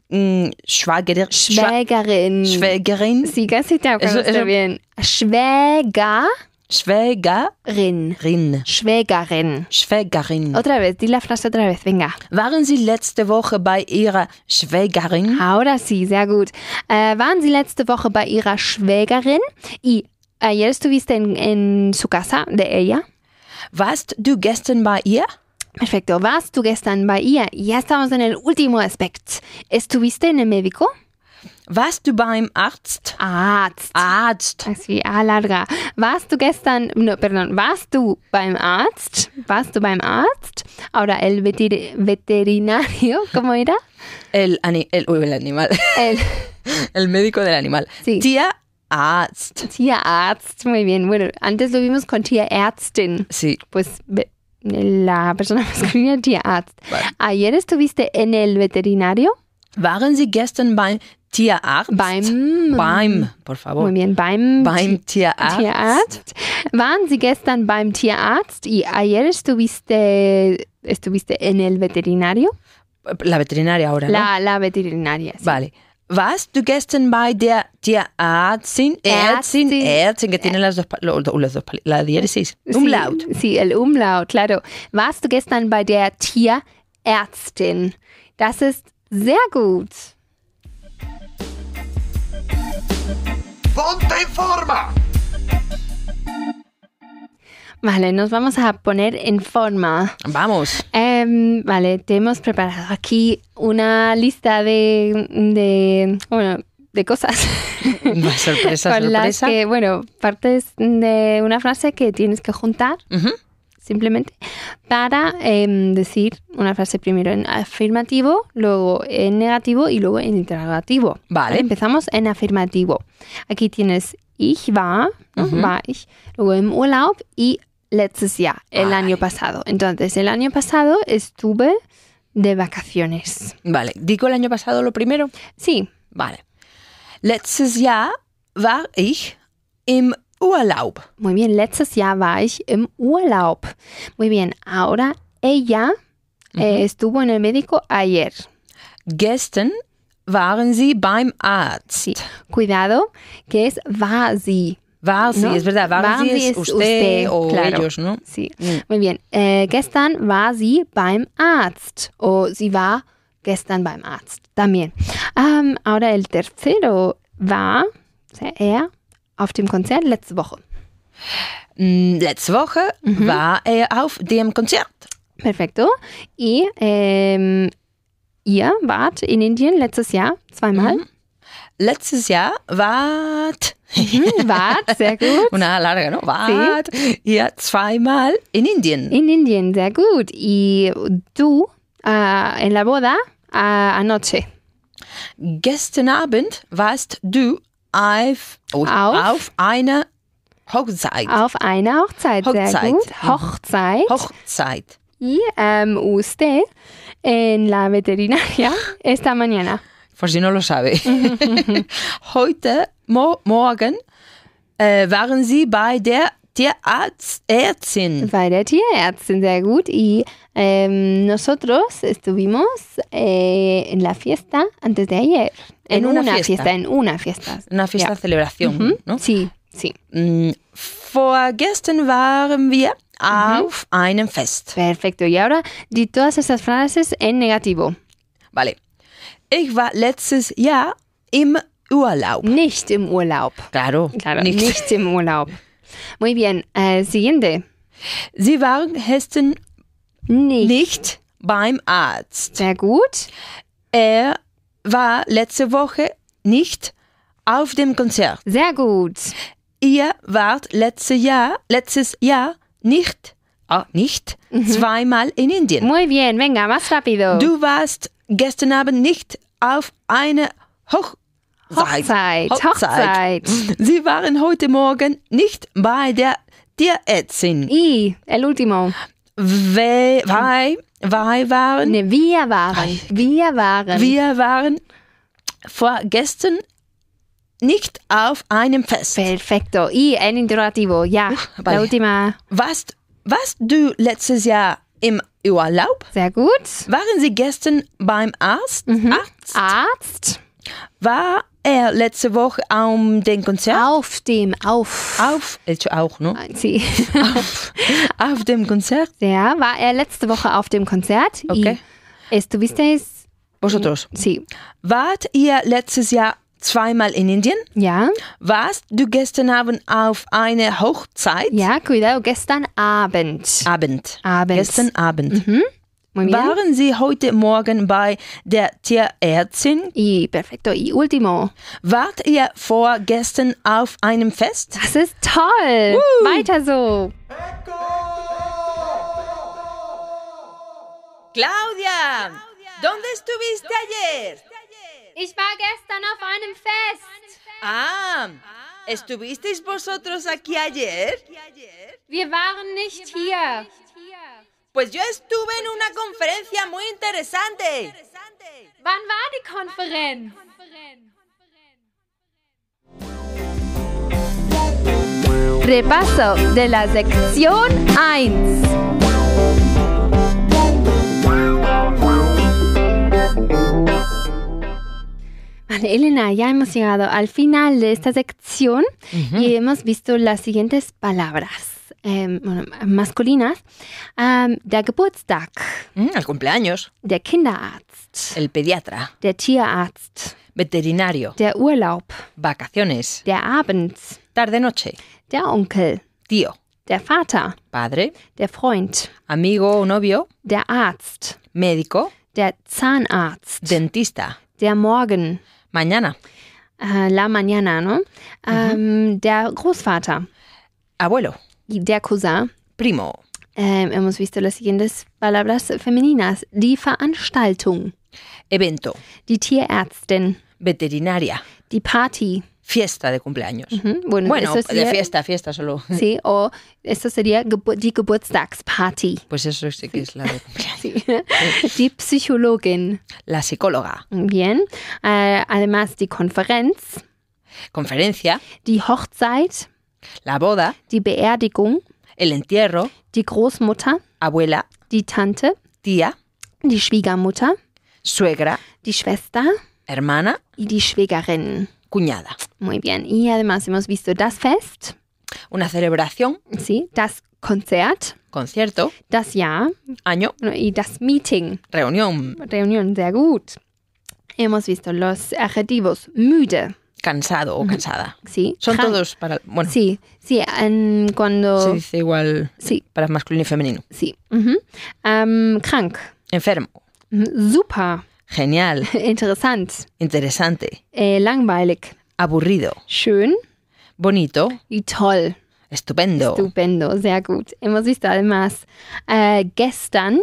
Speaker 3: mm, Schwager, Schwa-
Speaker 2: Schwägerin.
Speaker 3: Schwägerin?
Speaker 2: sí, casi te acuerdas
Speaker 3: Eso- eso-
Speaker 2: bien. Schwägerin.
Speaker 3: Schwägerin.
Speaker 2: Schwägerin.
Speaker 3: Schwägerin.
Speaker 2: Otra vez, di la frase otra vez, venga.
Speaker 3: Waren Sie letzte Woche bei Ihrer Schwägerin?
Speaker 2: Ahora sí, sehr gut. Äh, waren Sie letzte Woche bei Ihrer Schwägerin? äh, Y ayer estuviste en, en su casa de ella.
Speaker 3: Warst du gestern bei ihr?
Speaker 2: Perfecto. Warst du gestern bei ihr? Ya estamos en el último aspecto. ¿Estuviste en el médico?
Speaker 3: Warst du beim Arzt?
Speaker 2: Arzt.
Speaker 3: Arzt.
Speaker 2: Así, a larga. Warst du gestern, no, perdón, warst du beim Arzt? Warst du beim Arzt? Ahora, el veter- veterinario, ¿cómo era?
Speaker 3: El, ani- el, uy, el animal.
Speaker 2: El
Speaker 3: El médico del animal.
Speaker 2: Sí.
Speaker 3: Tierarzt.
Speaker 2: Tierarzt. Muy bien. Bueno, antes lo vimos con Tierärztin.
Speaker 3: Sí.
Speaker 2: pues ve- la persona masculina Tierarzt.
Speaker 3: Vale.
Speaker 2: Ayer estuviste en el veterinario.
Speaker 3: Waren Sie gestern beim Tierarzt?
Speaker 2: Beim-
Speaker 3: Beim,
Speaker 2: Muy
Speaker 3: por favor.
Speaker 2: bien, beim, Ti-
Speaker 3: Beim Tierarzt.
Speaker 2: Tierarzt. Waren Sie gestern beim Tierarzt? Y ayer estuviste, estuviste en el veterinario.
Speaker 3: La veterinaria ahora, ¿no?
Speaker 2: La, la veterinaria. sí.
Speaker 3: Vale. Warst du gestern bei der Tierärztin? Ärztin,
Speaker 2: Ärztin.
Speaker 3: Ärztin, que tiene las dos, pa- lo- lo- las dos pal- la diéresis. Umlaut.
Speaker 2: Sí, sí, el Umlaut, claro. Warst du gestern bei der Tierärztin? Das ist sehr gut.
Speaker 1: ¡Ponte en forma!
Speaker 2: Vale, nos vamos a poner en forma.
Speaker 3: Vamos.
Speaker 2: Em, vale, te hemos preparado aquí una lista de, de, bueno, de cosas.
Speaker 3: Sorpresa,
Speaker 2: con las
Speaker 3: sorpresa.
Speaker 2: que, bueno, partes de una frase que tienes que juntar
Speaker 3: Ujú.
Speaker 2: simplemente para em, decir una frase primero en afirmativo, luego en negativo y luego en interrogativo.
Speaker 3: Vale.
Speaker 2: Empezamos en afirmativo. Aquí tienes ich war, ¿no?
Speaker 3: Ujú.
Speaker 2: war ich, luego en Urlaub y letztes Jahr, el
Speaker 3: Vale.
Speaker 2: año pasado. Entonces, el año pasado estuve de vacaciones.
Speaker 3: Vale, digo el año pasado lo primero.
Speaker 2: Sí,
Speaker 3: Vale. Letztes Jahr war ich im Urlaub.
Speaker 2: muy bien. Letztes Jahr war ich im Urlaub. Muy bien. Ahora ella eh, estuvo en el médico ayer.
Speaker 3: Gestern waren Sie beim Arzt.
Speaker 2: Sí. Cuidado, que es war sie.
Speaker 3: War sie,
Speaker 2: ¿no?
Speaker 3: es verdad, waren,
Speaker 2: Waren
Speaker 3: Sie,
Speaker 2: Sie
Speaker 3: es
Speaker 2: es
Speaker 3: usted,
Speaker 2: usted,
Speaker 3: o
Speaker 2: claro.
Speaker 3: ellos, ¿no?
Speaker 2: Sí.
Speaker 3: Mm.
Speaker 2: Muy bien. Eh, gestern war sie beim Arzt. O sie war gestern beim Arzt. También. Ähm, ahora el tercero war, o sea, er, auf dem Konzert letzte Woche.
Speaker 3: Mm, Letzte Woche
Speaker 2: Mhm.
Speaker 3: war er auf dem Konzert.
Speaker 2: Perfecto. Y ähm, ihr wart in Indien letztes Jahr zweimal.
Speaker 3: Mhm. Letztes Jahr wart,
Speaker 2: Mhm, Wart, sehr gut.
Speaker 3: una larga, ¿no? Wart, ihr zweimal in Indien.
Speaker 2: In Indien, sehr gut. Y tú ah, en la boda ah, anoche.
Speaker 3: Gestern Abend warst du auf, oh,
Speaker 2: Auf?
Speaker 3: auf einer Hochzeit.
Speaker 2: Auf einer Hochzeit, sehr
Speaker 3: Hochzeit.
Speaker 2: gut.
Speaker 3: Mhm.
Speaker 2: Hochzeit.
Speaker 3: Hochzeit.
Speaker 2: y em, usted en la veterinaria esta mañana.
Speaker 3: Por si no lo sabe. Heute mo Morgen äh, waren sie bei der Tierärztin.
Speaker 2: Bei der Tierärztin, sehr gut. Y em, nosotros estuvimos eh, en la fiesta antes de ayer. En,
Speaker 3: En una fiesta.
Speaker 2: en una fiesta.
Speaker 3: Una fiesta
Speaker 2: Ja.
Speaker 3: celebración.
Speaker 2: Ujú.
Speaker 3: ¿no?
Speaker 2: Sí, sí.
Speaker 3: ne? Mm, Vorgestern waren wir auf einem Fest.
Speaker 2: Perfecto. Y ahora di todas esas frases en negativo.
Speaker 3: Vale. Ich war letztes Jahr im Urlaub.
Speaker 2: Nicht im Urlaub.
Speaker 3: Claro,
Speaker 2: Claro,
Speaker 3: nicht.
Speaker 2: nicht, im Urlaub. Muy bien. eh, siguiente.
Speaker 3: Sie waren gestern
Speaker 2: Nicht.
Speaker 3: nicht beim Arzt.
Speaker 2: Sehr gut.
Speaker 3: Er war letzte Woche nicht auf dem Konzert.
Speaker 2: Sehr gut.
Speaker 3: Ihr wart letzte Jahr, letztes Jahr nicht, ah, nicht
Speaker 2: Mhm.
Speaker 3: zweimal in Indien.
Speaker 2: Muy bien. Venga, más rápido.
Speaker 3: Du warst gestern Abend nicht auf einer Hochzeit.
Speaker 2: Hochzeit. Hochzeit.
Speaker 3: Sie waren heute Morgen nicht bei der Tierärztin.
Speaker 2: Y el último.
Speaker 3: Weil, weil, weil waren
Speaker 2: Ne, wir waren. Wir waren.
Speaker 3: Wir waren vorgestern nicht auf einem Fest.
Speaker 2: Perfecto. Y en interrogativo. Ya.
Speaker 3: vale.
Speaker 2: La última.
Speaker 3: Warst, warst du letztes Jahr im Urlaub?
Speaker 2: Sehr gut.
Speaker 3: Waren Sie gestern beim Arzt?
Speaker 2: Mhm.
Speaker 3: Arzt?
Speaker 2: Arzt.
Speaker 3: War er letzte Woche am den Konzert?
Speaker 2: Auf dem. Auf.
Speaker 3: Auf, äh, auch, ne?
Speaker 2: Sí.
Speaker 3: Auf, auf dem Konzert?
Speaker 2: Ja, war er letzte Woche auf dem Konzert. Y
Speaker 3: Okay.
Speaker 2: estuvisteis. Mhm.
Speaker 3: Vosotros.
Speaker 2: Sí.
Speaker 3: Wart ihr letztes Jahr zweimal in Indien?
Speaker 2: Ja.
Speaker 3: Warst du gestern Abend auf einer Hochzeit?
Speaker 2: Ja, cuidado. Gestern Abend.
Speaker 3: Abend.
Speaker 2: Abend. Mhm.
Speaker 3: Gestern Abend.
Speaker 2: Muy bien.
Speaker 3: Waren Sie heute Morgen bei der Tierärztin?
Speaker 2: Y perfecto. Y último.
Speaker 3: Wart ihr vorgestern auf einem Fest?
Speaker 2: Das ist toll. Weiter so.
Speaker 3: Claudia, ¿dónde estuviste ayer?
Speaker 2: Ich war gestern auf einem Fest.
Speaker 3: Ah, ¿estuvisteis vosotros aquí ayer?
Speaker 2: Wir waren nicht hier.
Speaker 3: Pues yo estuve en una conferencia muy interesante.
Speaker 2: Wann war die Konferenz? Repaso de la sección 1. Vale, Elena, ya hemos llegado al final de esta sección y hemos visto las siguientes palabras em, bueno, masculinas. Am, der Geburtstag,
Speaker 3: Mm, el cumpleaños,
Speaker 2: der Kinderarzt,
Speaker 3: el pediatra,
Speaker 2: der Tierarzt,
Speaker 3: veterinario,
Speaker 2: der Urlaub,
Speaker 3: vacaciones,
Speaker 2: der Abend,
Speaker 3: tarde-noche,
Speaker 2: der Onkel,
Speaker 3: tío,
Speaker 2: der Vater,
Speaker 3: Padre,
Speaker 2: der Freund,
Speaker 3: amigo o novio,
Speaker 2: der Arzt,
Speaker 3: médico,
Speaker 2: der Zahnarzt,
Speaker 3: dentista,
Speaker 2: der Morgen,
Speaker 3: mañana,
Speaker 2: äh, la mañana, ne? Ähm, der Großvater,
Speaker 3: abuelo,
Speaker 2: der Cousin.
Speaker 3: primo,
Speaker 2: Ähm, hemos visto las siguientes palabras femeninas. Die Veranstaltung,
Speaker 3: evento,
Speaker 2: die Tierärztin,
Speaker 3: veterinaria,
Speaker 2: die Party.
Speaker 3: fiesta de cumpleaños.
Speaker 2: Hm? Bueno, eso
Speaker 3: Bueno, de
Speaker 2: sería-
Speaker 3: fiesta, fiesta solo.
Speaker 2: Sí, o eso sería Gebu- die Geburtstagsparty.
Speaker 3: Pues eso sí que es la de cumpleaños.
Speaker 2: Sí. Die Psychologin.
Speaker 3: La psicóloga,
Speaker 2: Bien. Äh, además, die Konferenz,
Speaker 3: conferencia,
Speaker 2: die Hochzeit,
Speaker 3: la boda,
Speaker 2: die Beerdigung,
Speaker 3: el entierro,
Speaker 2: die Großmutter,
Speaker 3: abuela,
Speaker 2: die Tante,
Speaker 3: tía,
Speaker 2: die Schwiegermutter,
Speaker 3: suegra,
Speaker 2: die Schwester
Speaker 3: hermana,
Speaker 2: y die Schwägerin.
Speaker 3: cuñada.
Speaker 2: Muy bien. Y además hemos visto das Fest,
Speaker 3: Una celebración,
Speaker 2: ¿sí? das Konzert,
Speaker 3: concierto,
Speaker 2: das Jahr
Speaker 3: año,
Speaker 2: y das Meeting.
Speaker 3: reunión,
Speaker 2: Reunión, sehr gut. Hemos visto los adjetivos müde,
Speaker 3: cansado o cansada.
Speaker 2: ¿sí?
Speaker 3: Son
Speaker 2: Krank.
Speaker 3: todos para... Bueno,
Speaker 2: Sí, sí, en-
Speaker 3: se
Speaker 2: cuando...
Speaker 3: dice igual
Speaker 2: Sí,
Speaker 3: para masculino y femenino.
Speaker 2: sí. mhm. Ähm, krank.
Speaker 3: Enfermo,
Speaker 2: Mhm, Super.
Speaker 3: genial,
Speaker 2: Interessant.
Speaker 3: interesante,
Speaker 2: Äh, langweilig.
Speaker 3: aburrido,
Speaker 2: Schön.
Speaker 3: bonito,
Speaker 2: Y toll.
Speaker 3: estupendo.
Speaker 2: Estupendo. Sehr gut. Hemos visto además äh, gestern,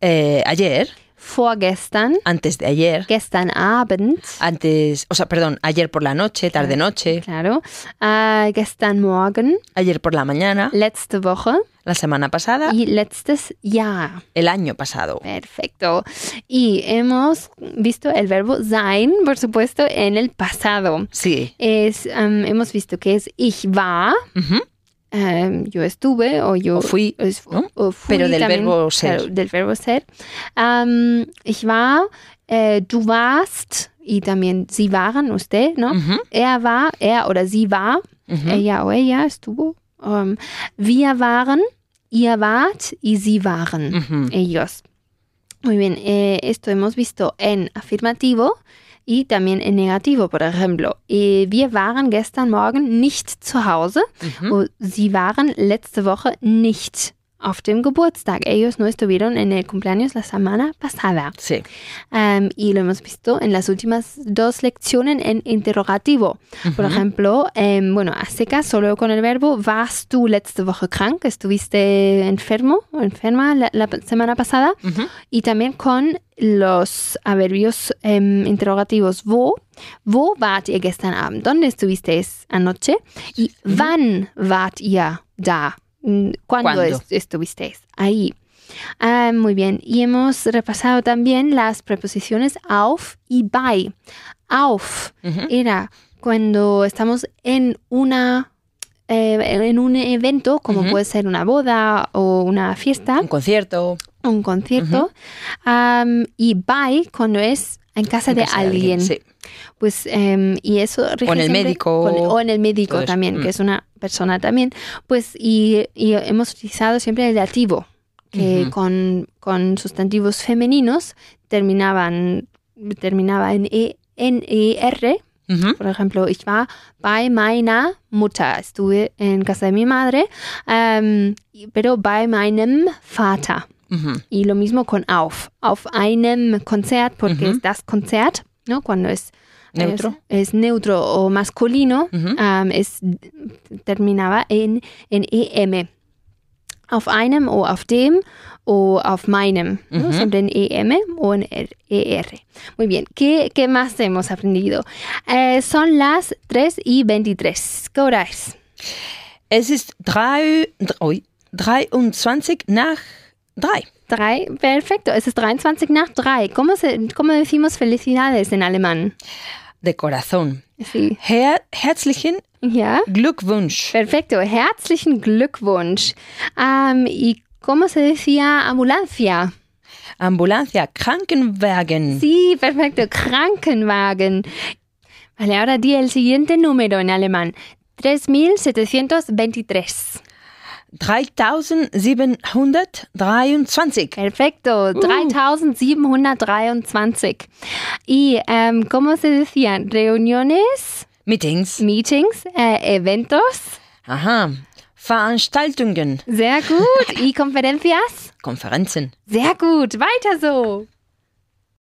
Speaker 3: Eh, ayer,
Speaker 2: vorgestern,
Speaker 3: antes de ayer,
Speaker 2: gestern Abend.
Speaker 3: antes, o sea, perdón, ayer por la noche, tarde noche,
Speaker 2: Claro. Äh, gestern Morgen,
Speaker 3: ayer por la mañana,
Speaker 2: letzte Woche
Speaker 3: la semana pasada,
Speaker 2: y letztes Jahr.
Speaker 3: el año pasado.
Speaker 2: Perfecto. Y hemos visto el verbo sein, por supuesto, en el pasado.
Speaker 3: Sí.
Speaker 2: Es, ähm, hemos visto que es ich war,
Speaker 3: Ujú.
Speaker 2: ähm, yo estuve o yo
Speaker 3: O fui,
Speaker 2: es-
Speaker 3: ¿no?
Speaker 2: o fui
Speaker 3: Pero del verbo ser.
Speaker 2: claro, del verbo ser. Ähm, ich war, äh, du warst y también sie waren, usted, ¿no?
Speaker 3: Ujú.
Speaker 2: Er war, er oder sie war,
Speaker 3: Ujú.
Speaker 2: ella o ella estuvo. Ähm, wir waren, ihr wart y sie waren.
Speaker 3: Ujú.
Speaker 2: ellos. Muy bien, eh, esto hemos visto en afirmativo y también en negativo, por ejemplo. eh, wir waren gestern Morgen nicht zu Hause.
Speaker 3: Ujú.
Speaker 2: O sie waren letzte Woche nicht auf dem Geburtstag. Ellos no estuvieron en el cumpleaños la semana pasada.
Speaker 3: Sí.
Speaker 2: Ähm, y lo hemos visto en las últimas dos lecciones en interrogativo. Por ejemplo, em, bueno, a secas solo con el verbo, ¿Warst du letzte Woche krank? ¿Estuviste enfermo o enferma la, la semana pasada?
Speaker 3: Ujú.
Speaker 2: Y también con los adverbios em, interrogativos, ¿Wo? ¿Wo wart ihr gestern Abend? ¿Dónde estuvisteis anoche? ¿Y wann wart ihr da? Mm, ¿Cuándo,
Speaker 3: ¿Cuándo?
Speaker 2: est- estuvisteis ahí? Ah, muy bien. Y hemos repasado también las preposiciones auf y by. Auf
Speaker 3: Ujú.
Speaker 2: era cuando estamos en una eh, en un evento, como
Speaker 3: Ujú.
Speaker 2: puede ser una boda o una fiesta,
Speaker 3: Un concierto,
Speaker 2: un concierto. Am, y by cuando es en casa
Speaker 3: en
Speaker 2: de
Speaker 3: casa de
Speaker 2: alguien.
Speaker 3: Sí.
Speaker 2: Pues, em, y eso rige
Speaker 3: el
Speaker 2: siempre
Speaker 3: médico,
Speaker 2: con- o en el
Speaker 3: todo
Speaker 2: médico
Speaker 3: eso.
Speaker 2: también,
Speaker 3: Mm.
Speaker 2: que es una persona también. Pues, y, y hemos utilizado siempre el dativo, que
Speaker 3: Ujú.
Speaker 2: con, con sustantivos femeninos terminaban, terminaba en E. En ER,
Speaker 3: Ujú.
Speaker 2: por ejemplo, ich war bei meiner Mutter, estuve en casa de mi madre, em, y- pero bei meinem Vater.
Speaker 3: Ujú.
Speaker 2: Y lo mismo con auf. Auf einem Konzert, porque
Speaker 3: Ujú.
Speaker 2: es das Konzert, ¿no? Cuando es
Speaker 3: Neutro.
Speaker 2: Es, es neutro o masculino,
Speaker 3: Ujú.
Speaker 2: ähm, es terminaba en, en EM. Auf einem o auf dem o auf meinem. ¿no?
Speaker 3: Ujú.
Speaker 2: Siempre en EM o en er- ER. Muy bien. ¿Qué, qué más hemos aprendido? Eh, son las 3 y 23. ¿Qué hora es?
Speaker 3: Es ist drei, ui, 23 nach drei.
Speaker 2: 3. Perfecto. Es es 23 nach 3. ¿Cómo, se, ¿Cómo decimos felicidades en alemán?
Speaker 3: De corazón.
Speaker 2: Sí.
Speaker 3: Her herzlichen
Speaker 2: Ja.
Speaker 3: Glückwunsch.
Speaker 2: Perfecto. Herzlichen Glückwunsch. Um, ¿Y cómo se decía ambulancia?
Speaker 3: Ambulancia, Krankenwagen.
Speaker 2: Sí, perfecto. Krankenwagen. Vale, ahora di el siguiente número en alemán. 3723.
Speaker 3: 3723.
Speaker 2: Perfecto. 3723. ¿Y um, cómo se decían? Reuniones,
Speaker 3: Meetings.
Speaker 2: meetings, eh, eventos.
Speaker 3: Ajá.
Speaker 2: Veranstaltungen,
Speaker 3: Sehr gut. ¿Y conferencias?
Speaker 2: Konferenzen.
Speaker 3: Sehr gut. Weiter so.